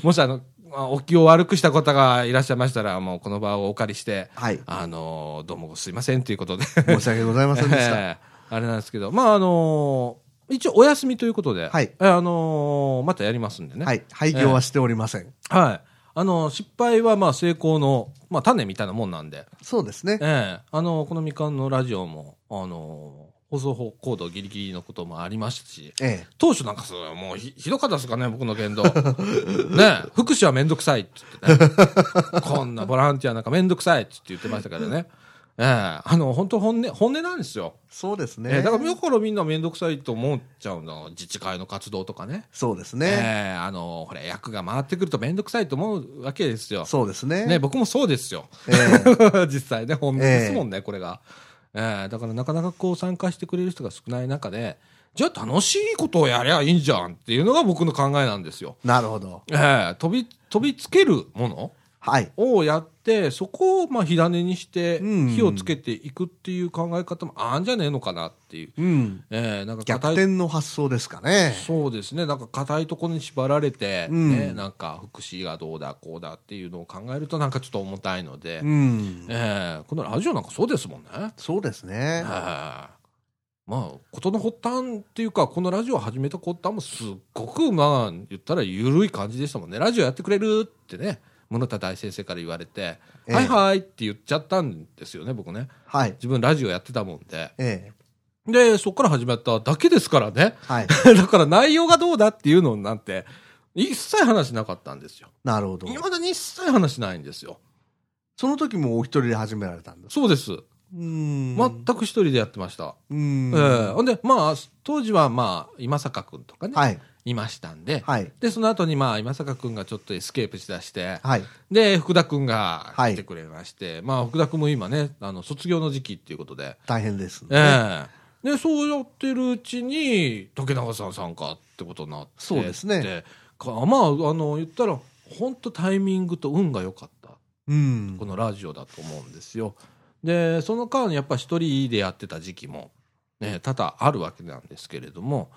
[SPEAKER 1] い。
[SPEAKER 2] [LAUGHS]
[SPEAKER 1] もし、あの、まあお気を悪くした方がいらっしゃいましたら、もうこの場をお借りして、
[SPEAKER 2] はい
[SPEAKER 1] あのーどうもすいませんということで。
[SPEAKER 2] 申し訳ございませんでした。
[SPEAKER 1] [LAUGHS] ええあれなんですけど、まあ、あのー一応お休みということで、
[SPEAKER 2] はい
[SPEAKER 1] ええあのーまたやりますんでね。
[SPEAKER 2] はい。廃業はしておりません。
[SPEAKER 1] はい。あのー失敗は、まあ、成功の、まあ、種みたいなもんなんで。
[SPEAKER 2] そうですね。
[SPEAKER 1] [LAUGHS] ええあの、このみかんのラジオも、あの、放送法行動ギリギリのこともありましたし、
[SPEAKER 2] ええ。
[SPEAKER 1] 当初なんかそう、もうひひどかったですかね、僕の言
[SPEAKER 2] [LAUGHS]
[SPEAKER 1] 動。ねえ福祉はめんどくさいって言ってね。 [LAUGHS] こんなボランティアなんかめんどくさいって言ってましたからね。ええあの、本当本音、本音なんですよ。
[SPEAKER 2] そうです
[SPEAKER 1] ええ
[SPEAKER 2] ね。
[SPEAKER 1] だから、だからみんなめんどくさいと思っちゃうの。自治会の活動とかね。
[SPEAKER 2] そうです
[SPEAKER 1] え
[SPEAKER 2] ね。
[SPEAKER 1] えあの、ほら、役が回ってくるとめんどくさいと思うわけですよ。
[SPEAKER 2] そうですね。
[SPEAKER 1] ね、僕もそうですよ。
[SPEAKER 2] ええ
[SPEAKER 1] [LAUGHS] 実際ね、本命ですもんね、これが。えーだからなかなかこう参加してくれる人が少ない中で、じゃあ楽しいことをやりゃいいんじゃんっていうのが僕の考えなんですよ。
[SPEAKER 2] なるほど。
[SPEAKER 1] えー飛び、飛びつけるもの
[SPEAKER 2] はい。
[SPEAKER 1] をやって、そこをまあ火種にして
[SPEAKER 2] うん
[SPEAKER 1] 火をつけていくっていう考え方もあんじゃねえのかなっていう。
[SPEAKER 2] うん。
[SPEAKER 1] えーなんか
[SPEAKER 2] 逆
[SPEAKER 1] 硬い
[SPEAKER 2] 転の発想ですかね。
[SPEAKER 1] そうですね、なんか硬いところに縛られて、
[SPEAKER 2] うん
[SPEAKER 1] ね、なんか福祉がどうだこうだっていうのを考えるとなんかちょっと重たいので、
[SPEAKER 2] うん。
[SPEAKER 1] えーこのラジオなんかそうですもんね。
[SPEAKER 2] そうですね。
[SPEAKER 1] はいまあ、ことの発端っていうか、このラジオを始めた発端もすっごく、まあ、言ったら緩い感じでしたもんね。ラジオやってくれるってね、室田大先生から言われて、
[SPEAKER 2] ええ
[SPEAKER 1] はいはいって言っちゃったんですよね、僕ね。
[SPEAKER 2] はい。
[SPEAKER 1] 自分ラジオやってたもんで。
[SPEAKER 2] ええ。
[SPEAKER 1] で、そっから始まっただけですからね。 [LAUGHS]
[SPEAKER 2] はい。
[SPEAKER 1] だから内容がどうだっていうのなんて、一切話しなかったんですよ。
[SPEAKER 2] なるほど。
[SPEAKER 1] 未だに一切話しないんですよ。
[SPEAKER 2] その時もお一人で始められたんです。
[SPEAKER 1] そうです。
[SPEAKER 2] うん
[SPEAKER 1] 全く一人でやってました。
[SPEAKER 2] うん。
[SPEAKER 1] ええほんで、まあ、当時は、まあ、今坂君とかね、
[SPEAKER 2] はい。
[SPEAKER 1] い、ましたんで、
[SPEAKER 2] はい。
[SPEAKER 1] で、その後に、まあ、今坂君がちょっとエスケープしだして、
[SPEAKER 2] はい。
[SPEAKER 1] で、福田君が
[SPEAKER 2] はい
[SPEAKER 1] 来てくれまして、まあ、福田君も今ね、あの、卒業の時期っていうことで、
[SPEAKER 2] 大変ですね。
[SPEAKER 1] ええで、そうやってるうちに、竹中さん参加ってことになって、
[SPEAKER 2] そうですね
[SPEAKER 1] でかまあ、あの、言ったら、本当タイミングと運が良かった。
[SPEAKER 2] うん
[SPEAKER 1] こ。のラジオだと思うんですよ。でその間やっぱ一人でやってた時期も、ね、多々あるわけなんですけれども、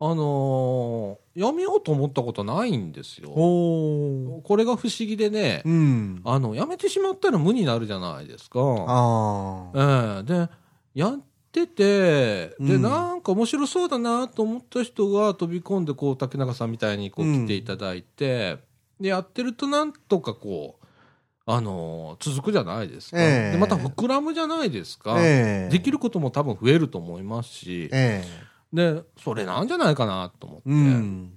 [SPEAKER 1] あのーやめようと思ったことないんですよ。
[SPEAKER 2] お
[SPEAKER 1] これが不思議でね、
[SPEAKER 2] うん。
[SPEAKER 1] あのやめてしまったら無になるじゃないですか。
[SPEAKER 2] あ
[SPEAKER 1] ええでやっててで、
[SPEAKER 2] うん
[SPEAKER 1] なんか面白そうだなと思った人が飛び込んでこう竹中さんみたいにこう
[SPEAKER 2] うん
[SPEAKER 1] 来ていただいて、でやってるとなんとかこう、あのー続くじゃないですか、
[SPEAKER 2] ええ
[SPEAKER 1] でまた膨らむじゃないですか、
[SPEAKER 2] あ。ええ。
[SPEAKER 1] できることも多分増えると思いますし、
[SPEAKER 2] え
[SPEAKER 1] でそれなんじゃないかなと思って、
[SPEAKER 2] え。うん。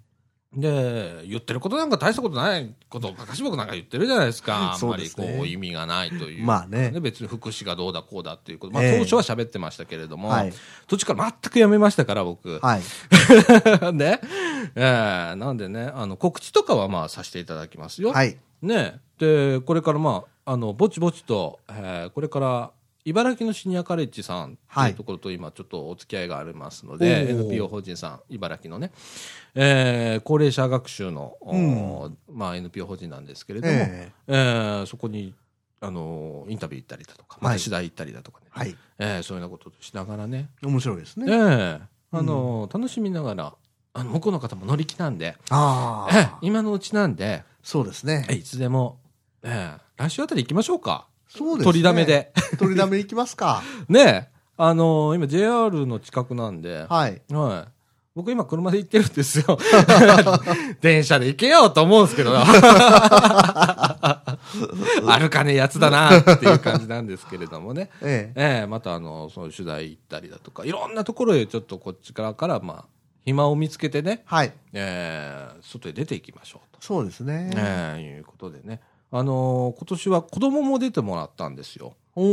[SPEAKER 1] で言ってることなんか大したことないことをばかし僕なんか言ってるじゃないですかあん
[SPEAKER 2] [LAUGHS] そう
[SPEAKER 1] ま
[SPEAKER 2] で
[SPEAKER 1] り
[SPEAKER 2] す
[SPEAKER 1] こ
[SPEAKER 2] ね
[SPEAKER 1] う意味がないという
[SPEAKER 2] まあね
[SPEAKER 1] ね、別に福祉がどうだこうだっていうこと、まあ、
[SPEAKER 2] ええ
[SPEAKER 1] 当初は喋ってましたけれども、
[SPEAKER 2] はい。
[SPEAKER 1] 途中から全くやめましたから、僕。
[SPEAKER 2] はい。
[SPEAKER 1] [LAUGHS] ねええなんでね、あの告知とかはまあさせていただきますよ。
[SPEAKER 2] はい。
[SPEAKER 1] ねえで、これからまあ、あのぼちぼちと、えーこれから茨城のシニアカレッジさんと
[SPEAKER 2] はいいう
[SPEAKER 1] ところと今、ちょっとお付き合いがありますの
[SPEAKER 2] お
[SPEAKER 1] で、
[SPEAKER 2] ー
[SPEAKER 1] NPO 法人さん、茨城のね、えー高齢者学習の、おーまあ、NPO 法人なんですけれども、
[SPEAKER 2] ええ。
[SPEAKER 1] えーそこに、あのインタビュー行ったりだとか、また取材行ったりだとかね、
[SPEAKER 2] はい。
[SPEAKER 1] えーそういうようなことをしながらね、
[SPEAKER 2] 面白いです
[SPEAKER 1] え
[SPEAKER 2] ね。
[SPEAKER 1] えあの楽しみながら、あの向こうの方も乗り気なんで、
[SPEAKER 2] あ
[SPEAKER 1] ええ
[SPEAKER 2] あ。
[SPEAKER 1] 今のうちなんで、
[SPEAKER 2] そうですね
[SPEAKER 1] え。いつでも、ええ来週あたり行きましょうか、
[SPEAKER 2] そうですね。
[SPEAKER 1] 取りだめ。で。
[SPEAKER 2] 取りだめ行きます
[SPEAKER 1] [LAUGHS]
[SPEAKER 2] か。
[SPEAKER 1] ねえあの今、JR の近くなんで、は
[SPEAKER 2] はい。
[SPEAKER 1] い僕、今、車で行ってるんですよ。 [LAUGHS] 電車で行けよと思うんですけ [LAUGHS] ど、歩かねえやつだなっていう感じなんですけれどもね。
[SPEAKER 2] ええ。
[SPEAKER 1] ええまたあのその取材行ったりだとかいろんなところへちょっとこっちからからまあ暇を見つけてね、
[SPEAKER 2] はい。
[SPEAKER 1] ええ外へ出ていきましょうと、
[SPEAKER 2] そうです
[SPEAKER 1] え
[SPEAKER 2] ね。
[SPEAKER 1] えいうことでねあのー今年は子供も出てもらったんですよ、
[SPEAKER 2] お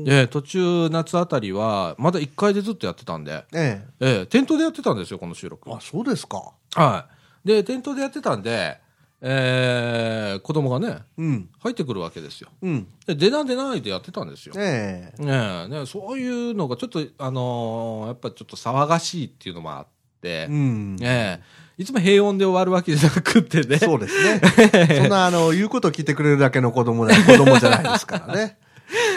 [SPEAKER 2] お。
[SPEAKER 1] ええ途中夏あたりはまだ1回でずっとやってたんで、
[SPEAKER 2] ええ。
[SPEAKER 1] ええ店頭でやってたんですよこの収録
[SPEAKER 2] あ、そうですか。
[SPEAKER 1] はいで店頭でやってたんでえー子供がね、
[SPEAKER 2] うん。
[SPEAKER 1] 入ってくるわけですよ。
[SPEAKER 2] うん。
[SPEAKER 1] で出な出ないでやってたんですよ。ね
[SPEAKER 2] ええ
[SPEAKER 1] えねえそういうのがちょっと、あのーやっぱちょっと騒がしいっていうのもあって、
[SPEAKER 2] うん。
[SPEAKER 1] ねえいつも平穏で終わるわけじゃなくってね。
[SPEAKER 2] そうです
[SPEAKER 1] [LAUGHS]
[SPEAKER 2] ね。そんな、あの、言うことを聞いてくれるだけ [LAUGHS] の子供じゃ、子供じゃないですからね。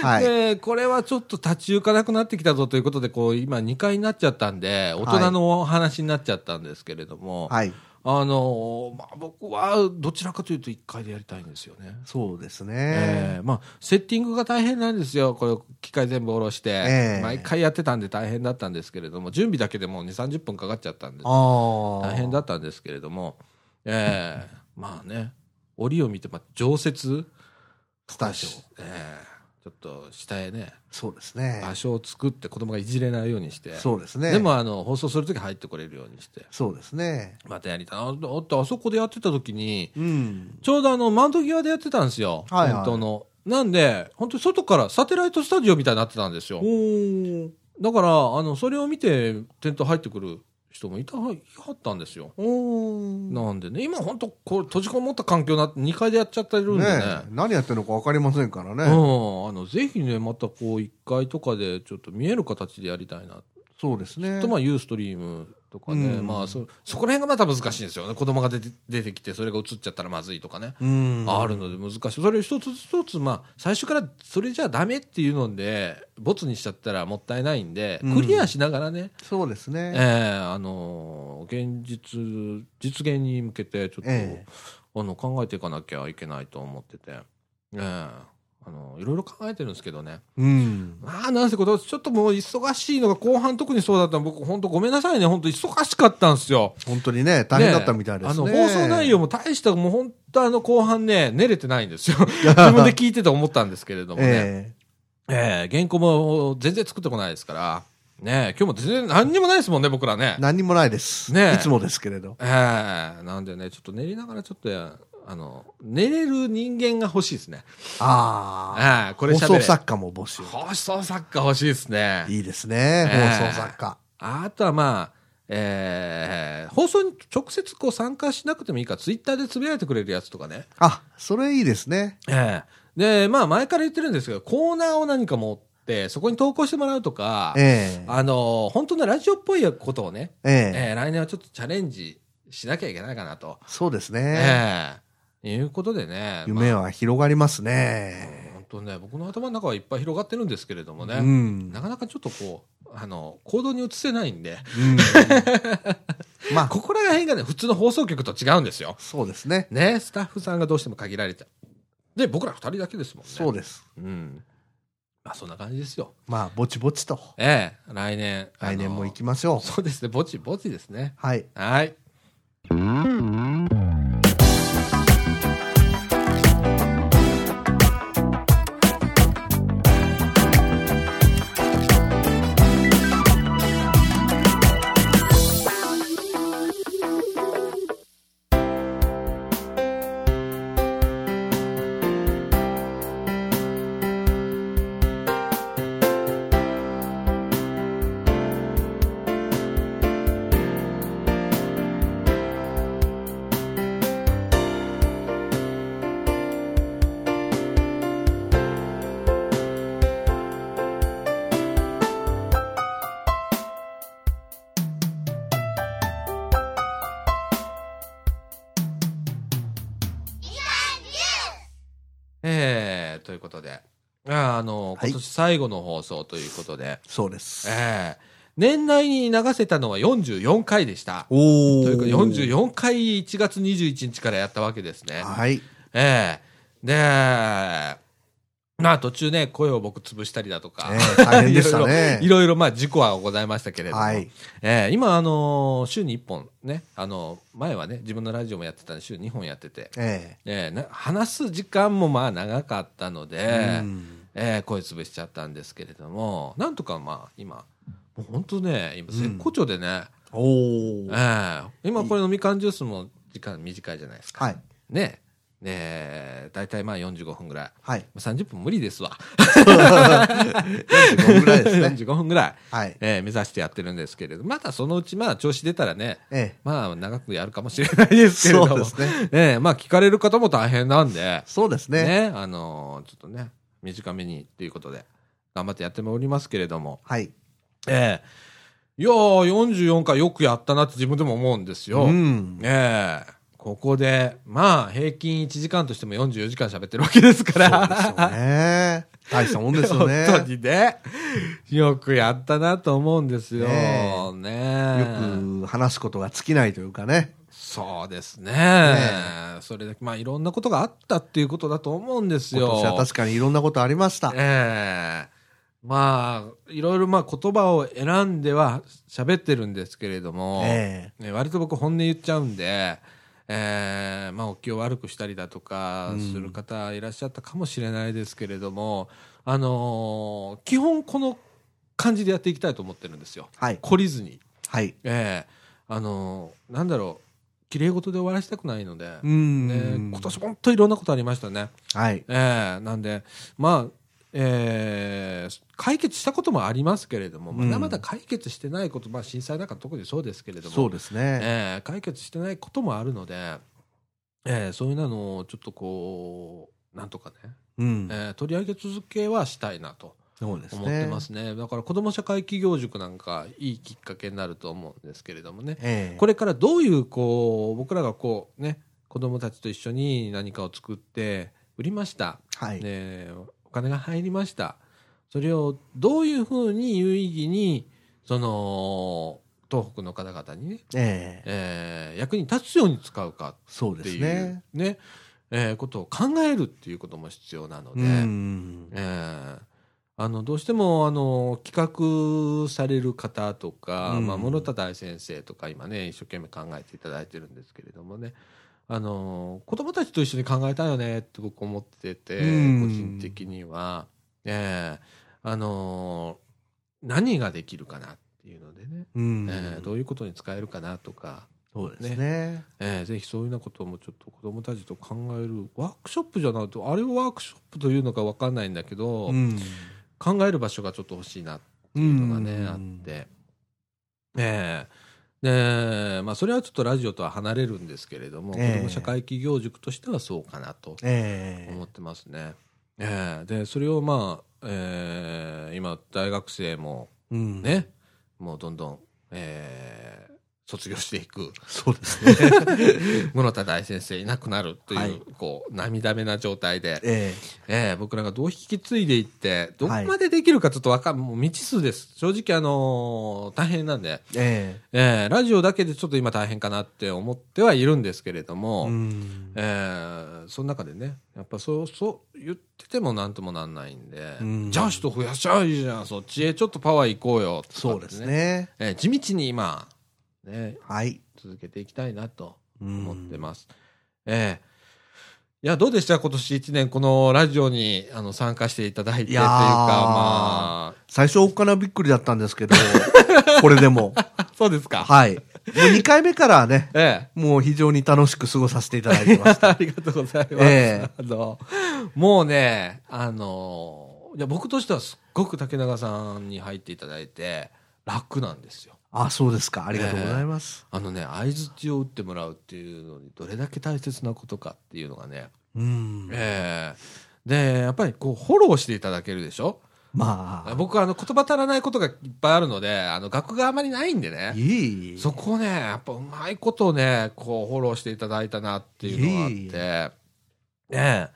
[SPEAKER 2] はい。
[SPEAKER 1] でこれはちょっと立ち行かなくなってきたぞということで、こう今2階になっちゃったんで、大人のお話になっちゃったんですけれども、
[SPEAKER 2] はい。
[SPEAKER 1] あのーまあ、僕はどちらかというと1階でやりたいんですよね。
[SPEAKER 2] そうです
[SPEAKER 1] え
[SPEAKER 2] ね。
[SPEAKER 1] えまあ、セッティングが大変なんですよ、これ、機械全部下ろして、
[SPEAKER 2] ええ
[SPEAKER 1] 毎回やってたんで大変だったんですけれども、準備だけでもう2、30分かかっちゃったんで、
[SPEAKER 2] ああ。
[SPEAKER 1] 大変だったんですけれども、ええまあね、折を見て、まあ、常設
[SPEAKER 2] スタジオ。
[SPEAKER 1] ええちょっと下へね、
[SPEAKER 2] そうですね。
[SPEAKER 1] 場所を作って、子供がいじれないようにして、
[SPEAKER 2] そうですね。
[SPEAKER 1] でもあの放送するとき入ってこれるようにして、
[SPEAKER 2] そうですね。
[SPEAKER 1] またやりたい、あだってあそこでやってたときに、
[SPEAKER 2] うん。
[SPEAKER 1] ちょうどあの、マウント際でやってたんですよ。
[SPEAKER 2] はいはい
[SPEAKER 1] 本当の。なんで、本当に外からサテライトスタジオみたいになってたんですよ
[SPEAKER 2] お。ー
[SPEAKER 1] だから、あの、それを見て、テント入ってくる人もいた、いはったんですよ。
[SPEAKER 2] おー
[SPEAKER 1] なんでね、今本当、こう、閉じこもった環境な、2階でやっちゃってるんでね。
[SPEAKER 2] ねえ何やってるのか分かりませんから
[SPEAKER 1] う
[SPEAKER 2] ね。
[SPEAKER 1] ん、あのぜひね、またこう、1階とかで、ちょっと見える形でやりたいな。
[SPEAKER 2] そうですね。
[SPEAKER 1] と、まあ、ユーストリームとかね、
[SPEAKER 2] うん
[SPEAKER 1] まあそ、そこら辺がまた難しいんですよね。子供が出て出てきて、それが映っちゃったらまずいとかね。
[SPEAKER 2] うん。
[SPEAKER 1] あるので難しい、それ一つ一つ、まあ、最初からそれじゃダメっていうので、ボツにしちゃったらもったいないんで、
[SPEAKER 2] うん
[SPEAKER 1] クリアしながらね、
[SPEAKER 2] そうです
[SPEAKER 1] え
[SPEAKER 2] ね。
[SPEAKER 1] えあのー現実、実現に向けて、ちょっと、
[SPEAKER 2] ええ
[SPEAKER 1] あの考えていかなきゃいけないと思ってて、ええあのいろいろ考えてるんですけどね、
[SPEAKER 2] うん。
[SPEAKER 1] まあ、なんせこと、ちょっともう忙しいのが、後半、特にそうだったの、僕、本当、ごめんなさいね、本当、忙しかったんですよ。
[SPEAKER 2] 本当にね、大変だったみたいですね。
[SPEAKER 1] あの放送内容も大した、もう本当あの後半ね、練れてないんです
[SPEAKER 2] [LAUGHS]
[SPEAKER 1] よ。自分で聞いてて思ったんですけれどもね。
[SPEAKER 2] え
[SPEAKER 1] ええ原稿も全然作ってこないですから。ねえ今日も全然何にもないですもんね、僕らね
[SPEAKER 2] え。何にもないです。
[SPEAKER 1] ねえ
[SPEAKER 2] いつもですけれど。
[SPEAKER 1] ええなんでね、ちょっと練りながらちょっとや、あの、練れる人間が欲しいですね。
[SPEAKER 2] ああ。
[SPEAKER 1] ええこれ
[SPEAKER 2] 放
[SPEAKER 1] 喋れ
[SPEAKER 2] 送作家も募集。
[SPEAKER 1] 放送作家欲しいですね。
[SPEAKER 2] いいですね、
[SPEAKER 1] ええ
[SPEAKER 2] 放送作家。
[SPEAKER 1] あとはまあ、ええ放送に直接こう参加しなくてもいいから、ツイッターでつぶやいてくれるやつとかね。
[SPEAKER 2] あ、それいいですね。
[SPEAKER 1] ええで、まあ前から言ってるんですけど、コーナーを何か持って、そこに投稿してもらうとか、
[SPEAKER 2] ええ
[SPEAKER 1] あの、本当のラジオっぽいことをね、
[SPEAKER 2] え
[SPEAKER 1] え
[SPEAKER 2] え
[SPEAKER 1] え来年はちょっとチャレンジしなきゃいけないかなと。
[SPEAKER 2] そうです
[SPEAKER 1] え
[SPEAKER 2] ね、
[SPEAKER 1] えいうことでね。
[SPEAKER 2] 夢
[SPEAKER 1] は。
[SPEAKER 2] は広がりますね。
[SPEAKER 1] 本当ね、僕の頭の中はいっぱい広がってるんですけれどもね、
[SPEAKER 2] うん
[SPEAKER 1] なかなかちょっとこう、あの、行動に移せないんで、
[SPEAKER 2] うん。まあ、
[SPEAKER 1] ここら辺がね、普通の放送局と違うんですよ。
[SPEAKER 2] そうですね。
[SPEAKER 1] ね、スタッフさんがどうしても限られちゃう。で、僕ら二人だけですもんね。
[SPEAKER 2] そうです。
[SPEAKER 1] うん。まあそんな感じですよ。
[SPEAKER 2] まあ、ぼちぼちと。
[SPEAKER 1] ええ、来年。
[SPEAKER 2] 来年も行
[SPEAKER 1] き
[SPEAKER 2] きましょう。
[SPEAKER 1] そうですね、ぼちぼちですね。
[SPEAKER 2] はい。
[SPEAKER 1] はい。ええということで、ああの、
[SPEAKER 2] はい
[SPEAKER 1] 今年最後の放送ということで、
[SPEAKER 2] そうです。
[SPEAKER 1] ええ年内に流せたのは44回でした。
[SPEAKER 2] おー
[SPEAKER 1] というか、44回1月21日からやったわけですね。
[SPEAKER 2] はい。
[SPEAKER 1] ええで、まあ途中ね、声を僕潰したりだとか、
[SPEAKER 2] ええ大変でしたね
[SPEAKER 1] [LAUGHS] いろいろいろいろまあ事故はございましたけれども、
[SPEAKER 2] はい。
[SPEAKER 1] えー今、あのー週に1本ね、あのー前はね、自分のラジオもやってたんで、週2本やってて、
[SPEAKER 2] え
[SPEAKER 1] えーな話す時間もまあ長かったので、
[SPEAKER 2] えうん
[SPEAKER 1] えー声潰しちゃったんですけれども、なんとかまあ、今、もう本当ね、今、絶好調でね、
[SPEAKER 2] お
[SPEAKER 1] え
[SPEAKER 2] ー
[SPEAKER 1] ー今、これ、のみかんジュースも時間短いじゃないですか。
[SPEAKER 2] はい。
[SPEAKER 1] ね、で、大体まあ45分ぐらい。 [LAUGHS]
[SPEAKER 2] はい。
[SPEAKER 1] 30分無理ですわ。
[SPEAKER 2] 45分ぐらいですね。
[SPEAKER 1] 45分ぐらい、
[SPEAKER 2] はい。
[SPEAKER 1] えー目指してやってるんですけれど、またそのうちまあ調子出たらね、
[SPEAKER 2] ええ。
[SPEAKER 1] まあ長くやるかもしれないですけれど
[SPEAKER 2] そう
[SPEAKER 1] も
[SPEAKER 2] で、すね。
[SPEAKER 1] ねまあ聞かれる方も大変なんで、
[SPEAKER 2] そうです
[SPEAKER 1] ね、
[SPEAKER 2] ね。
[SPEAKER 1] あのーちょっとね、短めにっていうことで、頑張ってやっておりますけれども、
[SPEAKER 2] はい。
[SPEAKER 1] ええいやー、44回よくやったなって自分でも思うんですよ。 [LAUGHS]
[SPEAKER 2] うん。
[SPEAKER 1] ねえ、ここで、まあ、平均1時間としても44時間喋ってるわけですか
[SPEAKER 2] そうですよ
[SPEAKER 1] ら。
[SPEAKER 2] ね。大したもんですよね。
[SPEAKER 1] 本当にね、よくやったなと思うんですよ。
[SPEAKER 2] ね
[SPEAKER 1] ねえ
[SPEAKER 2] よく話すことが尽きないというかね。
[SPEAKER 1] そうですね。
[SPEAKER 2] ね
[SPEAKER 1] それだけ、まあ、いろんなことがあったっていうことだと思うんです
[SPEAKER 2] 今
[SPEAKER 1] よ。
[SPEAKER 2] 年は確かにいろんなことありました。
[SPEAKER 1] ええまあ、いろいろ、まあ、言葉を選んでは喋ってるんですけれども、
[SPEAKER 2] え
[SPEAKER 1] ね、割と僕本音言っちゃうんで、えーまあ、お気を悪くしたりだとかする方いらっしゃったかもしれないですけれども、あのー基本この感じでやっていきたいと思ってるんですよ。
[SPEAKER 2] はい。
[SPEAKER 1] 懲りずに。
[SPEAKER 2] はい。
[SPEAKER 1] えーあのーなんだろう、綺麗事で終わらせたくないので、
[SPEAKER 2] う
[SPEAKER 1] ね
[SPEAKER 2] ん。
[SPEAKER 1] 今年本当にいろんなことありましたね。
[SPEAKER 2] はい。
[SPEAKER 1] ええなんで、まあ、ええ解決したこともありますけれども、まだまだ解決してないこと、まあ震災なんか特にそうですけれども、
[SPEAKER 2] そうですね。
[SPEAKER 1] ええ解決してないこともあるので、ええそういうのをちょっとこう、なんとかね、
[SPEAKER 2] うん。
[SPEAKER 1] ええ取り上げ続けはしたいなと
[SPEAKER 2] そうですね。
[SPEAKER 1] 思ってますね。だから子ども社会企業塾なんかいいきっかけになると思うんですけれどもね。
[SPEAKER 2] ええ
[SPEAKER 1] これからどういうこう僕らがこうね子供たちと一緒に何かを作って売りました、
[SPEAKER 2] はい。
[SPEAKER 1] ね、お金が入りましたそれをどういうふうに有意義にその東北の方々にね、
[SPEAKER 2] ええ
[SPEAKER 1] えー役に立つように使うか
[SPEAKER 2] そう
[SPEAKER 1] っ
[SPEAKER 2] で
[SPEAKER 1] て
[SPEAKER 2] す
[SPEAKER 1] いうね
[SPEAKER 2] ね。
[SPEAKER 1] えーことを考えるっていうことも必要なので、
[SPEAKER 2] うん。
[SPEAKER 1] えーあのどうしてもあの企画される方とか、
[SPEAKER 2] うん
[SPEAKER 1] まあ、室田大先生とか今ね一生懸命考えていただいてるんですけれどもねあの子供たちと一緒に考えたいよねって僕思ってて、
[SPEAKER 2] うん
[SPEAKER 1] 個人的には、えーあの何ができるかなっていうのでね、
[SPEAKER 2] うん
[SPEAKER 1] えーどういうことに使えるかなとか、
[SPEAKER 2] そうですね。
[SPEAKER 1] えーぜひそういうようなこともちょっと子供たちと考えるワークショップじゃないとあれをワークショップというのか分かんないんだけど。
[SPEAKER 2] うん。
[SPEAKER 1] 考える場所がちょっと欲しいなって
[SPEAKER 2] う
[SPEAKER 1] いうんのがね、あって。ええで、まあ、それはちょっとラジオとは離れるんですけれども、
[SPEAKER 2] ええ
[SPEAKER 1] 子ども社会企業塾としてはそうかなと
[SPEAKER 2] ええ
[SPEAKER 1] 思ってますね。ええで、それをまあ、ええ今、大学生も
[SPEAKER 2] うん。
[SPEAKER 1] ね、もうどんどん、ええ卒業していく、
[SPEAKER 2] そうで
[SPEAKER 1] [LAUGHS]
[SPEAKER 2] すね。
[SPEAKER 1] 室田大先生いなくなるという、
[SPEAKER 2] はい
[SPEAKER 1] こう、涙目な状態で、
[SPEAKER 2] え
[SPEAKER 1] ええ僕らがどう引き継いでいって、どこまでできるかちょっとわかん、もう未知数です。正直あのー大変なんで、
[SPEAKER 2] ええ
[SPEAKER 1] ええラジオだけでちょっと今大変かなって思ってはいるんですけれど
[SPEAKER 2] え
[SPEAKER 1] も、
[SPEAKER 2] うん
[SPEAKER 1] ええその中でね、やっぱそう、そう言っててもなんともなんないんで、
[SPEAKER 2] うん
[SPEAKER 1] じゃあ人増やしちゃえばいいじゃん、そっちへちょっとパワー行こうよ、
[SPEAKER 2] そうです。ね。
[SPEAKER 1] ええ地道に今、ね、
[SPEAKER 2] はい。
[SPEAKER 1] 続けていきたいなと
[SPEAKER 2] うん
[SPEAKER 1] 思ってます。ええいや、どうでした今年一年、このラジオにあの参加していただいてという
[SPEAKER 2] い
[SPEAKER 1] か、
[SPEAKER 2] やー
[SPEAKER 1] ま
[SPEAKER 2] 最初おっかなびっくりだったんですけど、 [LAUGHS] これでも。
[SPEAKER 1] あ、そうですか。
[SPEAKER 2] はい。もう2回目からはね、
[SPEAKER 1] え [LAUGHS]
[SPEAKER 2] もう非常に楽しく過ごさせていただいて
[SPEAKER 1] え
[SPEAKER 2] ます。
[SPEAKER 1] ありがとうございます。
[SPEAKER 2] え
[SPEAKER 1] あのもうね、あの、いや僕としてはすっごく竹永さんに入っていただいて、楽なんですよ。
[SPEAKER 2] あ、そうですか。ありがとうございます。
[SPEAKER 1] あのね、相づちを打ってもらうっていうのに、どれだけ大切なことかっていうのがね、
[SPEAKER 2] うん。
[SPEAKER 1] ええで、やっぱりこう、フォローしていただけるでしょ
[SPEAKER 2] まあ、
[SPEAKER 1] 僕はあの言葉足らないことがいっぱいあるので、あの学があまりないんで
[SPEAKER 2] い
[SPEAKER 1] ね、
[SPEAKER 2] えいえ
[SPEAKER 1] そこをね、やっぱうまいことをね、こうフォローしていただいたなっていうのがあって、
[SPEAKER 2] いえい
[SPEAKER 1] ねえ、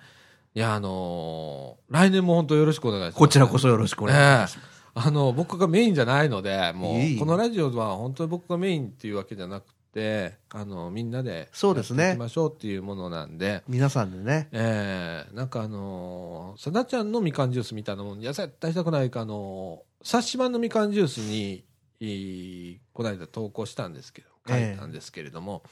[SPEAKER 1] いや、あのー来年も本当よろしくお願いします。
[SPEAKER 2] こちらこそよろしくお願いします。
[SPEAKER 1] あの、僕がメインじゃないので、も、
[SPEAKER 2] いえいうえ
[SPEAKER 1] このラジオは本当に僕がメインっていうわけじゃなくて、あの、みんなで、
[SPEAKER 2] そうです
[SPEAKER 1] やっ
[SPEAKER 2] ね
[SPEAKER 1] ていきましょうっていうものなんで、
[SPEAKER 2] 皆さんでね。
[SPEAKER 1] ええなんかあのー、さだちゃんのみかんジュースみたいなもん、いや、絶対したくないか、あのー、サッシマンのみかんジュースに、いいこないだ投稿したんですけど、書
[SPEAKER 2] ええ
[SPEAKER 1] いたんですけれども、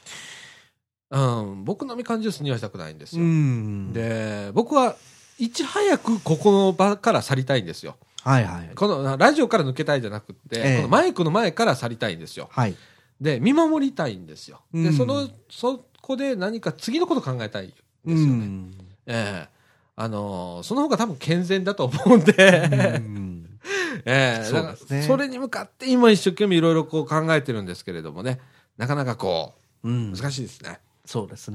[SPEAKER 1] うん、僕のみかんジュースにはしたくないんです
[SPEAKER 2] う
[SPEAKER 1] よ。
[SPEAKER 2] ん。、
[SPEAKER 1] で、僕はいち早くここの場から去りたいんですよ。
[SPEAKER 2] はいはい。
[SPEAKER 1] この、ラジオから抜けたいじゃなくって、
[SPEAKER 2] ええ
[SPEAKER 1] このマイクの前から去りたいんですよ。
[SPEAKER 2] はい。
[SPEAKER 1] で、見守りたいんですよ。で、
[SPEAKER 2] うん
[SPEAKER 1] その、そこで何か次のこと考えたいんですよね。ええあのーその方が多分健全だと思うんで、
[SPEAKER 2] う
[SPEAKER 1] え
[SPEAKER 2] ん
[SPEAKER 1] [LAUGHS] え
[SPEAKER 2] そう
[SPEAKER 1] だか
[SPEAKER 2] ですね
[SPEAKER 1] らそれに向かって今一生懸命いろいろこう考えてるんですけれどもね、なかなかこ
[SPEAKER 2] うん
[SPEAKER 1] う、 [LAUGHS] 難しいですね。
[SPEAKER 2] そうです
[SPEAKER 1] え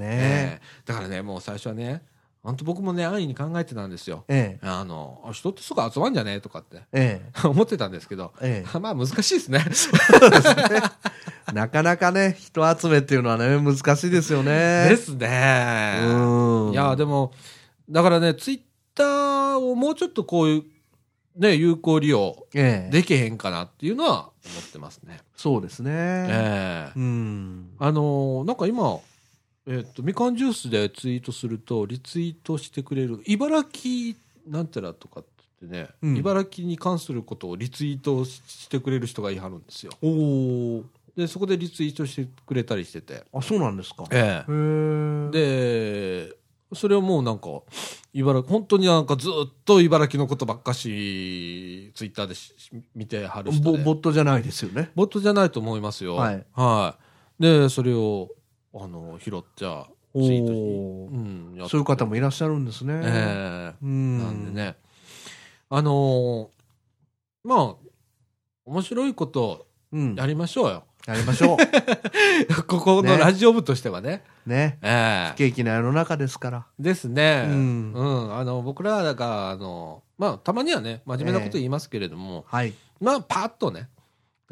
[SPEAKER 1] え
[SPEAKER 2] ね。
[SPEAKER 1] だからね、もう最初はね、本当僕もね、安易に考えてたんですよ。
[SPEAKER 2] ええ。
[SPEAKER 1] あの、あ人ってすぐ集まんじゃねえとかって [LAUGHS]
[SPEAKER 2] ええ。
[SPEAKER 1] 思ってたんですけど、
[SPEAKER 2] え
[SPEAKER 1] [LAUGHS] まあ難しいですね。 [LAUGHS]
[SPEAKER 2] え。なかなかね、人集めっていうのはね、難しいですよね。
[SPEAKER 1] [LAUGHS] ですね。
[SPEAKER 2] うん。
[SPEAKER 1] いや、でも、だからね、ツイッターをもうちょっとこういう、ね、有効利用
[SPEAKER 2] ええ。
[SPEAKER 1] できへんかなっていうのは思ってますね。
[SPEAKER 2] そうですね。
[SPEAKER 1] ええ
[SPEAKER 2] うん。
[SPEAKER 1] あのーなんか今、えっと、みかんジュースでツイートすると、リツイートしてくれる、茨城なんたらとかってね、
[SPEAKER 2] うん
[SPEAKER 1] 茨城に関することをリツイートししてくれる人がいはるんですよ。
[SPEAKER 2] おお。
[SPEAKER 1] で、そこでリツイートしてくれたりしてて。
[SPEAKER 2] あ、そうなんですか。へ
[SPEAKER 1] ええ
[SPEAKER 2] え。、
[SPEAKER 1] でそれをもうなんか茨城本当になんかずっと茨城のことばっかしツイッターでし見てはる人
[SPEAKER 2] ボ
[SPEAKER 1] で
[SPEAKER 2] ボットじゃないですよね。
[SPEAKER 1] ボットじゃないと思いますよ
[SPEAKER 2] はい、
[SPEAKER 1] はいでそれをあの拾っちゃツ
[SPEAKER 2] お
[SPEAKER 1] イートし
[SPEAKER 2] お
[SPEAKER 1] う。んやっ
[SPEAKER 2] そういう方もいらっしゃるんですね。
[SPEAKER 1] ええ
[SPEAKER 2] うん。
[SPEAKER 1] なんで。ねあのーまあ面白いこと
[SPEAKER 2] うん。
[SPEAKER 1] やりましょうよ、
[SPEAKER 2] やりましょ
[SPEAKER 1] [LAUGHS] ここの
[SPEAKER 2] ね
[SPEAKER 1] ラジオ部としてはね
[SPEAKER 2] う。 [LAUGHS] ね。
[SPEAKER 1] ええ
[SPEAKER 2] 不景気な世の中ですから。
[SPEAKER 1] ですね、
[SPEAKER 2] う
[SPEAKER 1] うんんあの僕らだからあの、まあ、たまにはね真面目なこと言いますけれども、
[SPEAKER 2] はい。
[SPEAKER 1] まあパッとね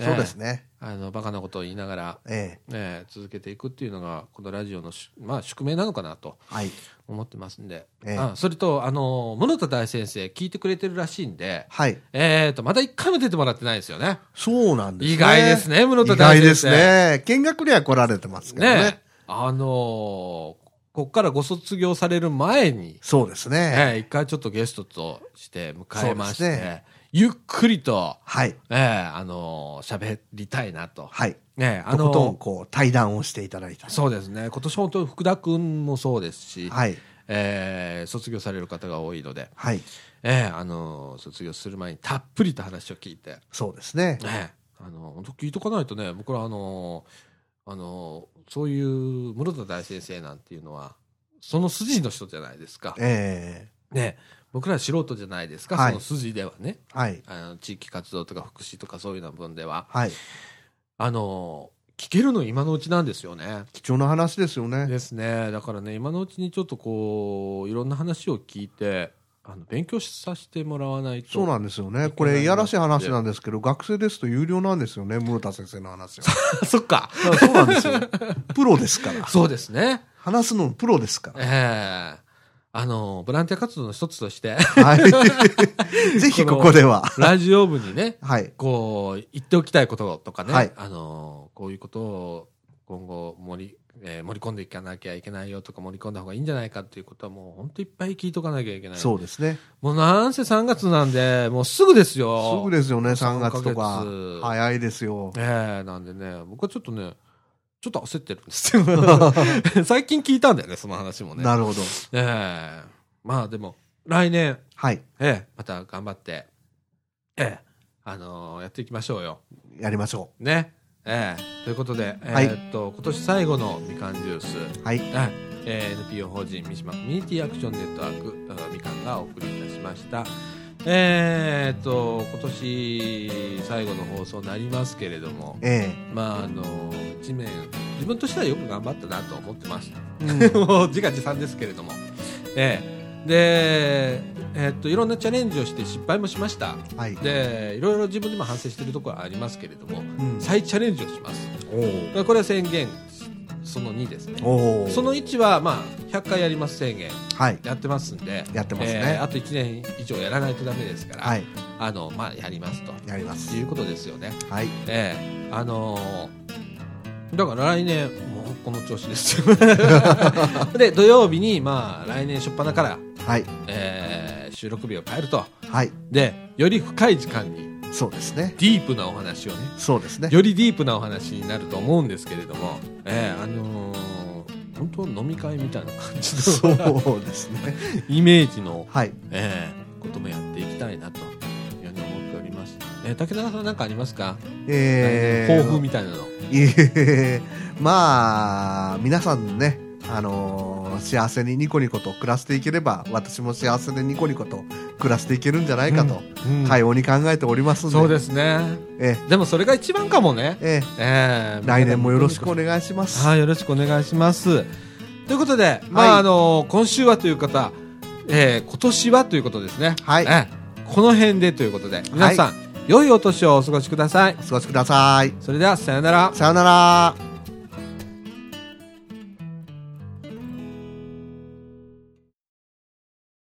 [SPEAKER 2] そうです
[SPEAKER 1] ね
[SPEAKER 2] ね。
[SPEAKER 1] あのバカなことを言いながら、
[SPEAKER 2] ええ。
[SPEAKER 1] ね、続けていくっていうのがこのラジオのし、まあ、宿命なのかなと
[SPEAKER 2] はい。
[SPEAKER 1] 思ってますんで、
[SPEAKER 2] ええ
[SPEAKER 1] あそれとあの室田大先生聞いてくれてるらしいんで、
[SPEAKER 2] はい。
[SPEAKER 1] えー、とまだ一回も出てもらってないですよね
[SPEAKER 2] そうなんですね。
[SPEAKER 1] 意外ですね室
[SPEAKER 2] 意
[SPEAKER 1] 田大
[SPEAKER 2] 外
[SPEAKER 1] 先生
[SPEAKER 2] ですね。見学には来られてますけどね。
[SPEAKER 1] ねあのーこっからご卒業される前に
[SPEAKER 2] そうですね。
[SPEAKER 1] ええ一回ちょっとゲストとして迎えまし
[SPEAKER 2] そう
[SPEAKER 1] て、
[SPEAKER 2] ですね
[SPEAKER 1] ゆっくりと、
[SPEAKER 2] はい。
[SPEAKER 1] ええあのー喋りたいなと。
[SPEAKER 2] はい。
[SPEAKER 1] ねえあ
[SPEAKER 2] とことん
[SPEAKER 1] のー
[SPEAKER 2] こう対談をしていただいた。
[SPEAKER 1] そうですね。今年本当に福田くんもそうですし、
[SPEAKER 2] はい。
[SPEAKER 1] ええ卒業される方が多いので、
[SPEAKER 2] はい。
[SPEAKER 1] ええあのー卒業する前にたっぷりと話を聞いて、
[SPEAKER 2] そうですね。
[SPEAKER 1] ねえあのー本当聞いとかないとね、僕らあのーあのーそういう室田大先生なんていうのは、その筋の人じゃないですか。
[SPEAKER 2] え
[SPEAKER 1] ねえ僕ら素人じゃないですか、
[SPEAKER 2] はい
[SPEAKER 1] その筋ではね。
[SPEAKER 2] えはい。
[SPEAKER 1] あの地域活動とか福祉とかそういうような分では、
[SPEAKER 2] はい。
[SPEAKER 1] あの聞けるの今のうちなんですよね。
[SPEAKER 2] 貴重な話ですよね。
[SPEAKER 1] ですね。だからね、今のうちにちょっとこう、いろんな話を聞いて、あの勉強させてもらわないと。
[SPEAKER 2] そうなんですよね。これ、いやらしい話なんですけど、学生ですと有料なんですよね、室田先生の話は。
[SPEAKER 1] だ。 [LAUGHS] そっか。
[SPEAKER 2] だから [LAUGHS] そうなんですよ。 [LAUGHS] プロですから。
[SPEAKER 1] そうですね。
[SPEAKER 2] 話すのもプロですか
[SPEAKER 1] ええ
[SPEAKER 2] ら。
[SPEAKER 1] あの、ボランティア活動の一つと
[SPEAKER 2] [LAUGHS]
[SPEAKER 1] して、
[SPEAKER 2] はい。 [LAUGHS] ぜひここでは。
[SPEAKER 1] ラジオ部にね、
[SPEAKER 2] はい。
[SPEAKER 1] こう、言っておきたいこととかね、
[SPEAKER 2] はい
[SPEAKER 1] あの、こういうことを今後盛り、えー盛り込んでいかなきゃいけないよとか盛り込んだ方がいいんじゃないかっていうことはもう本当いっぱい聞いとかなきゃいけない。
[SPEAKER 2] そうですね。
[SPEAKER 1] もうなんせ3月なんで、もうすぐですよ。
[SPEAKER 2] すぐですよね、3月とか
[SPEAKER 1] 三ヶ月。
[SPEAKER 2] 早いですよ。
[SPEAKER 1] ええなんでね、僕はちょっとね、ちょっと焦ってるんです
[SPEAKER 2] [LAUGHS]
[SPEAKER 1] よ。最近聞いたんだよね、その話もね。
[SPEAKER 2] なるほど。
[SPEAKER 1] ええまあでも、来年、
[SPEAKER 2] はい。
[SPEAKER 1] ええまた頑張って、ええあのーやっていきましょうよ。
[SPEAKER 2] やりましょ
[SPEAKER 1] ね。ええということで、え
[SPEAKER 2] はい
[SPEAKER 1] ーっと、今年最後のみかんジュース、
[SPEAKER 2] う。はい。
[SPEAKER 1] はいえー NPO 法人三島コミュニティアクションネットワークうんみかんがお送りいたしました。えーっと、今年最後の放送になりますけれども、
[SPEAKER 2] え
[SPEAKER 1] まああの一面自分としてはよく頑張ったなと思ってます、
[SPEAKER 2] え。うん
[SPEAKER 1] もう自画自賛ですけれどもええでえっといろんなチャレンジをして失敗もしました
[SPEAKER 2] はい。
[SPEAKER 1] でいろいろ自分でも反省しているところはありますけれども
[SPEAKER 2] うん
[SPEAKER 1] 再チャレンジをします
[SPEAKER 2] お
[SPEAKER 1] これは宣言その2ですね
[SPEAKER 2] お
[SPEAKER 1] その1はまあ100回やります宣言
[SPEAKER 2] はい。
[SPEAKER 1] やってますんで
[SPEAKER 2] やってますね
[SPEAKER 1] えーあと1年以上やらないとダメですから、
[SPEAKER 2] はい。
[SPEAKER 1] あのまあやりますと
[SPEAKER 2] やります
[SPEAKER 1] い。うことですよね
[SPEAKER 2] はい。
[SPEAKER 1] ええあのーだから来年もうこの調子ですよで土曜日にまあ来年初っ端から、
[SPEAKER 2] はい。
[SPEAKER 1] えー収録日を変えると
[SPEAKER 2] はい。
[SPEAKER 1] でより深い時間に
[SPEAKER 2] そうですね。
[SPEAKER 1] ディープなお話をね
[SPEAKER 2] そうですね。
[SPEAKER 1] よりディープなお話になると思うんですけれども、ええあのー本当飲み会みたいな感じ
[SPEAKER 2] そ
[SPEAKER 1] の
[SPEAKER 2] うですね。
[SPEAKER 1] [LAUGHS] イメージの、
[SPEAKER 2] はい。
[SPEAKER 1] ええこともやっていきたいなというふうに思っております、ええ竹中さん何かありますか、
[SPEAKER 2] え
[SPEAKER 1] 来
[SPEAKER 2] ー
[SPEAKER 1] 年抱負みたいなの
[SPEAKER 2] いえまあ、皆さんね、あのー幸せにニコニコと暮らしていければ、私も幸せでニコニコと暮らしていけるんじゃないかと、
[SPEAKER 1] うん
[SPEAKER 2] 対応に考えておりますんで。
[SPEAKER 1] そうですね。
[SPEAKER 2] え
[SPEAKER 1] でもそれが一番かもね。
[SPEAKER 2] え、え
[SPEAKER 1] え
[SPEAKER 2] え、
[SPEAKER 1] え
[SPEAKER 2] 来年もよろしくお願いします。
[SPEAKER 1] はい、よろしくお願いします。ということで、まあ、
[SPEAKER 2] はい
[SPEAKER 1] あの、今週はという方、えー今年はということですね。
[SPEAKER 2] はい
[SPEAKER 1] えーこの辺でということで、皆さん、良いお年をお過ごしください。
[SPEAKER 2] お過ごしください。
[SPEAKER 1] それでは、さようなら。
[SPEAKER 2] さよなら。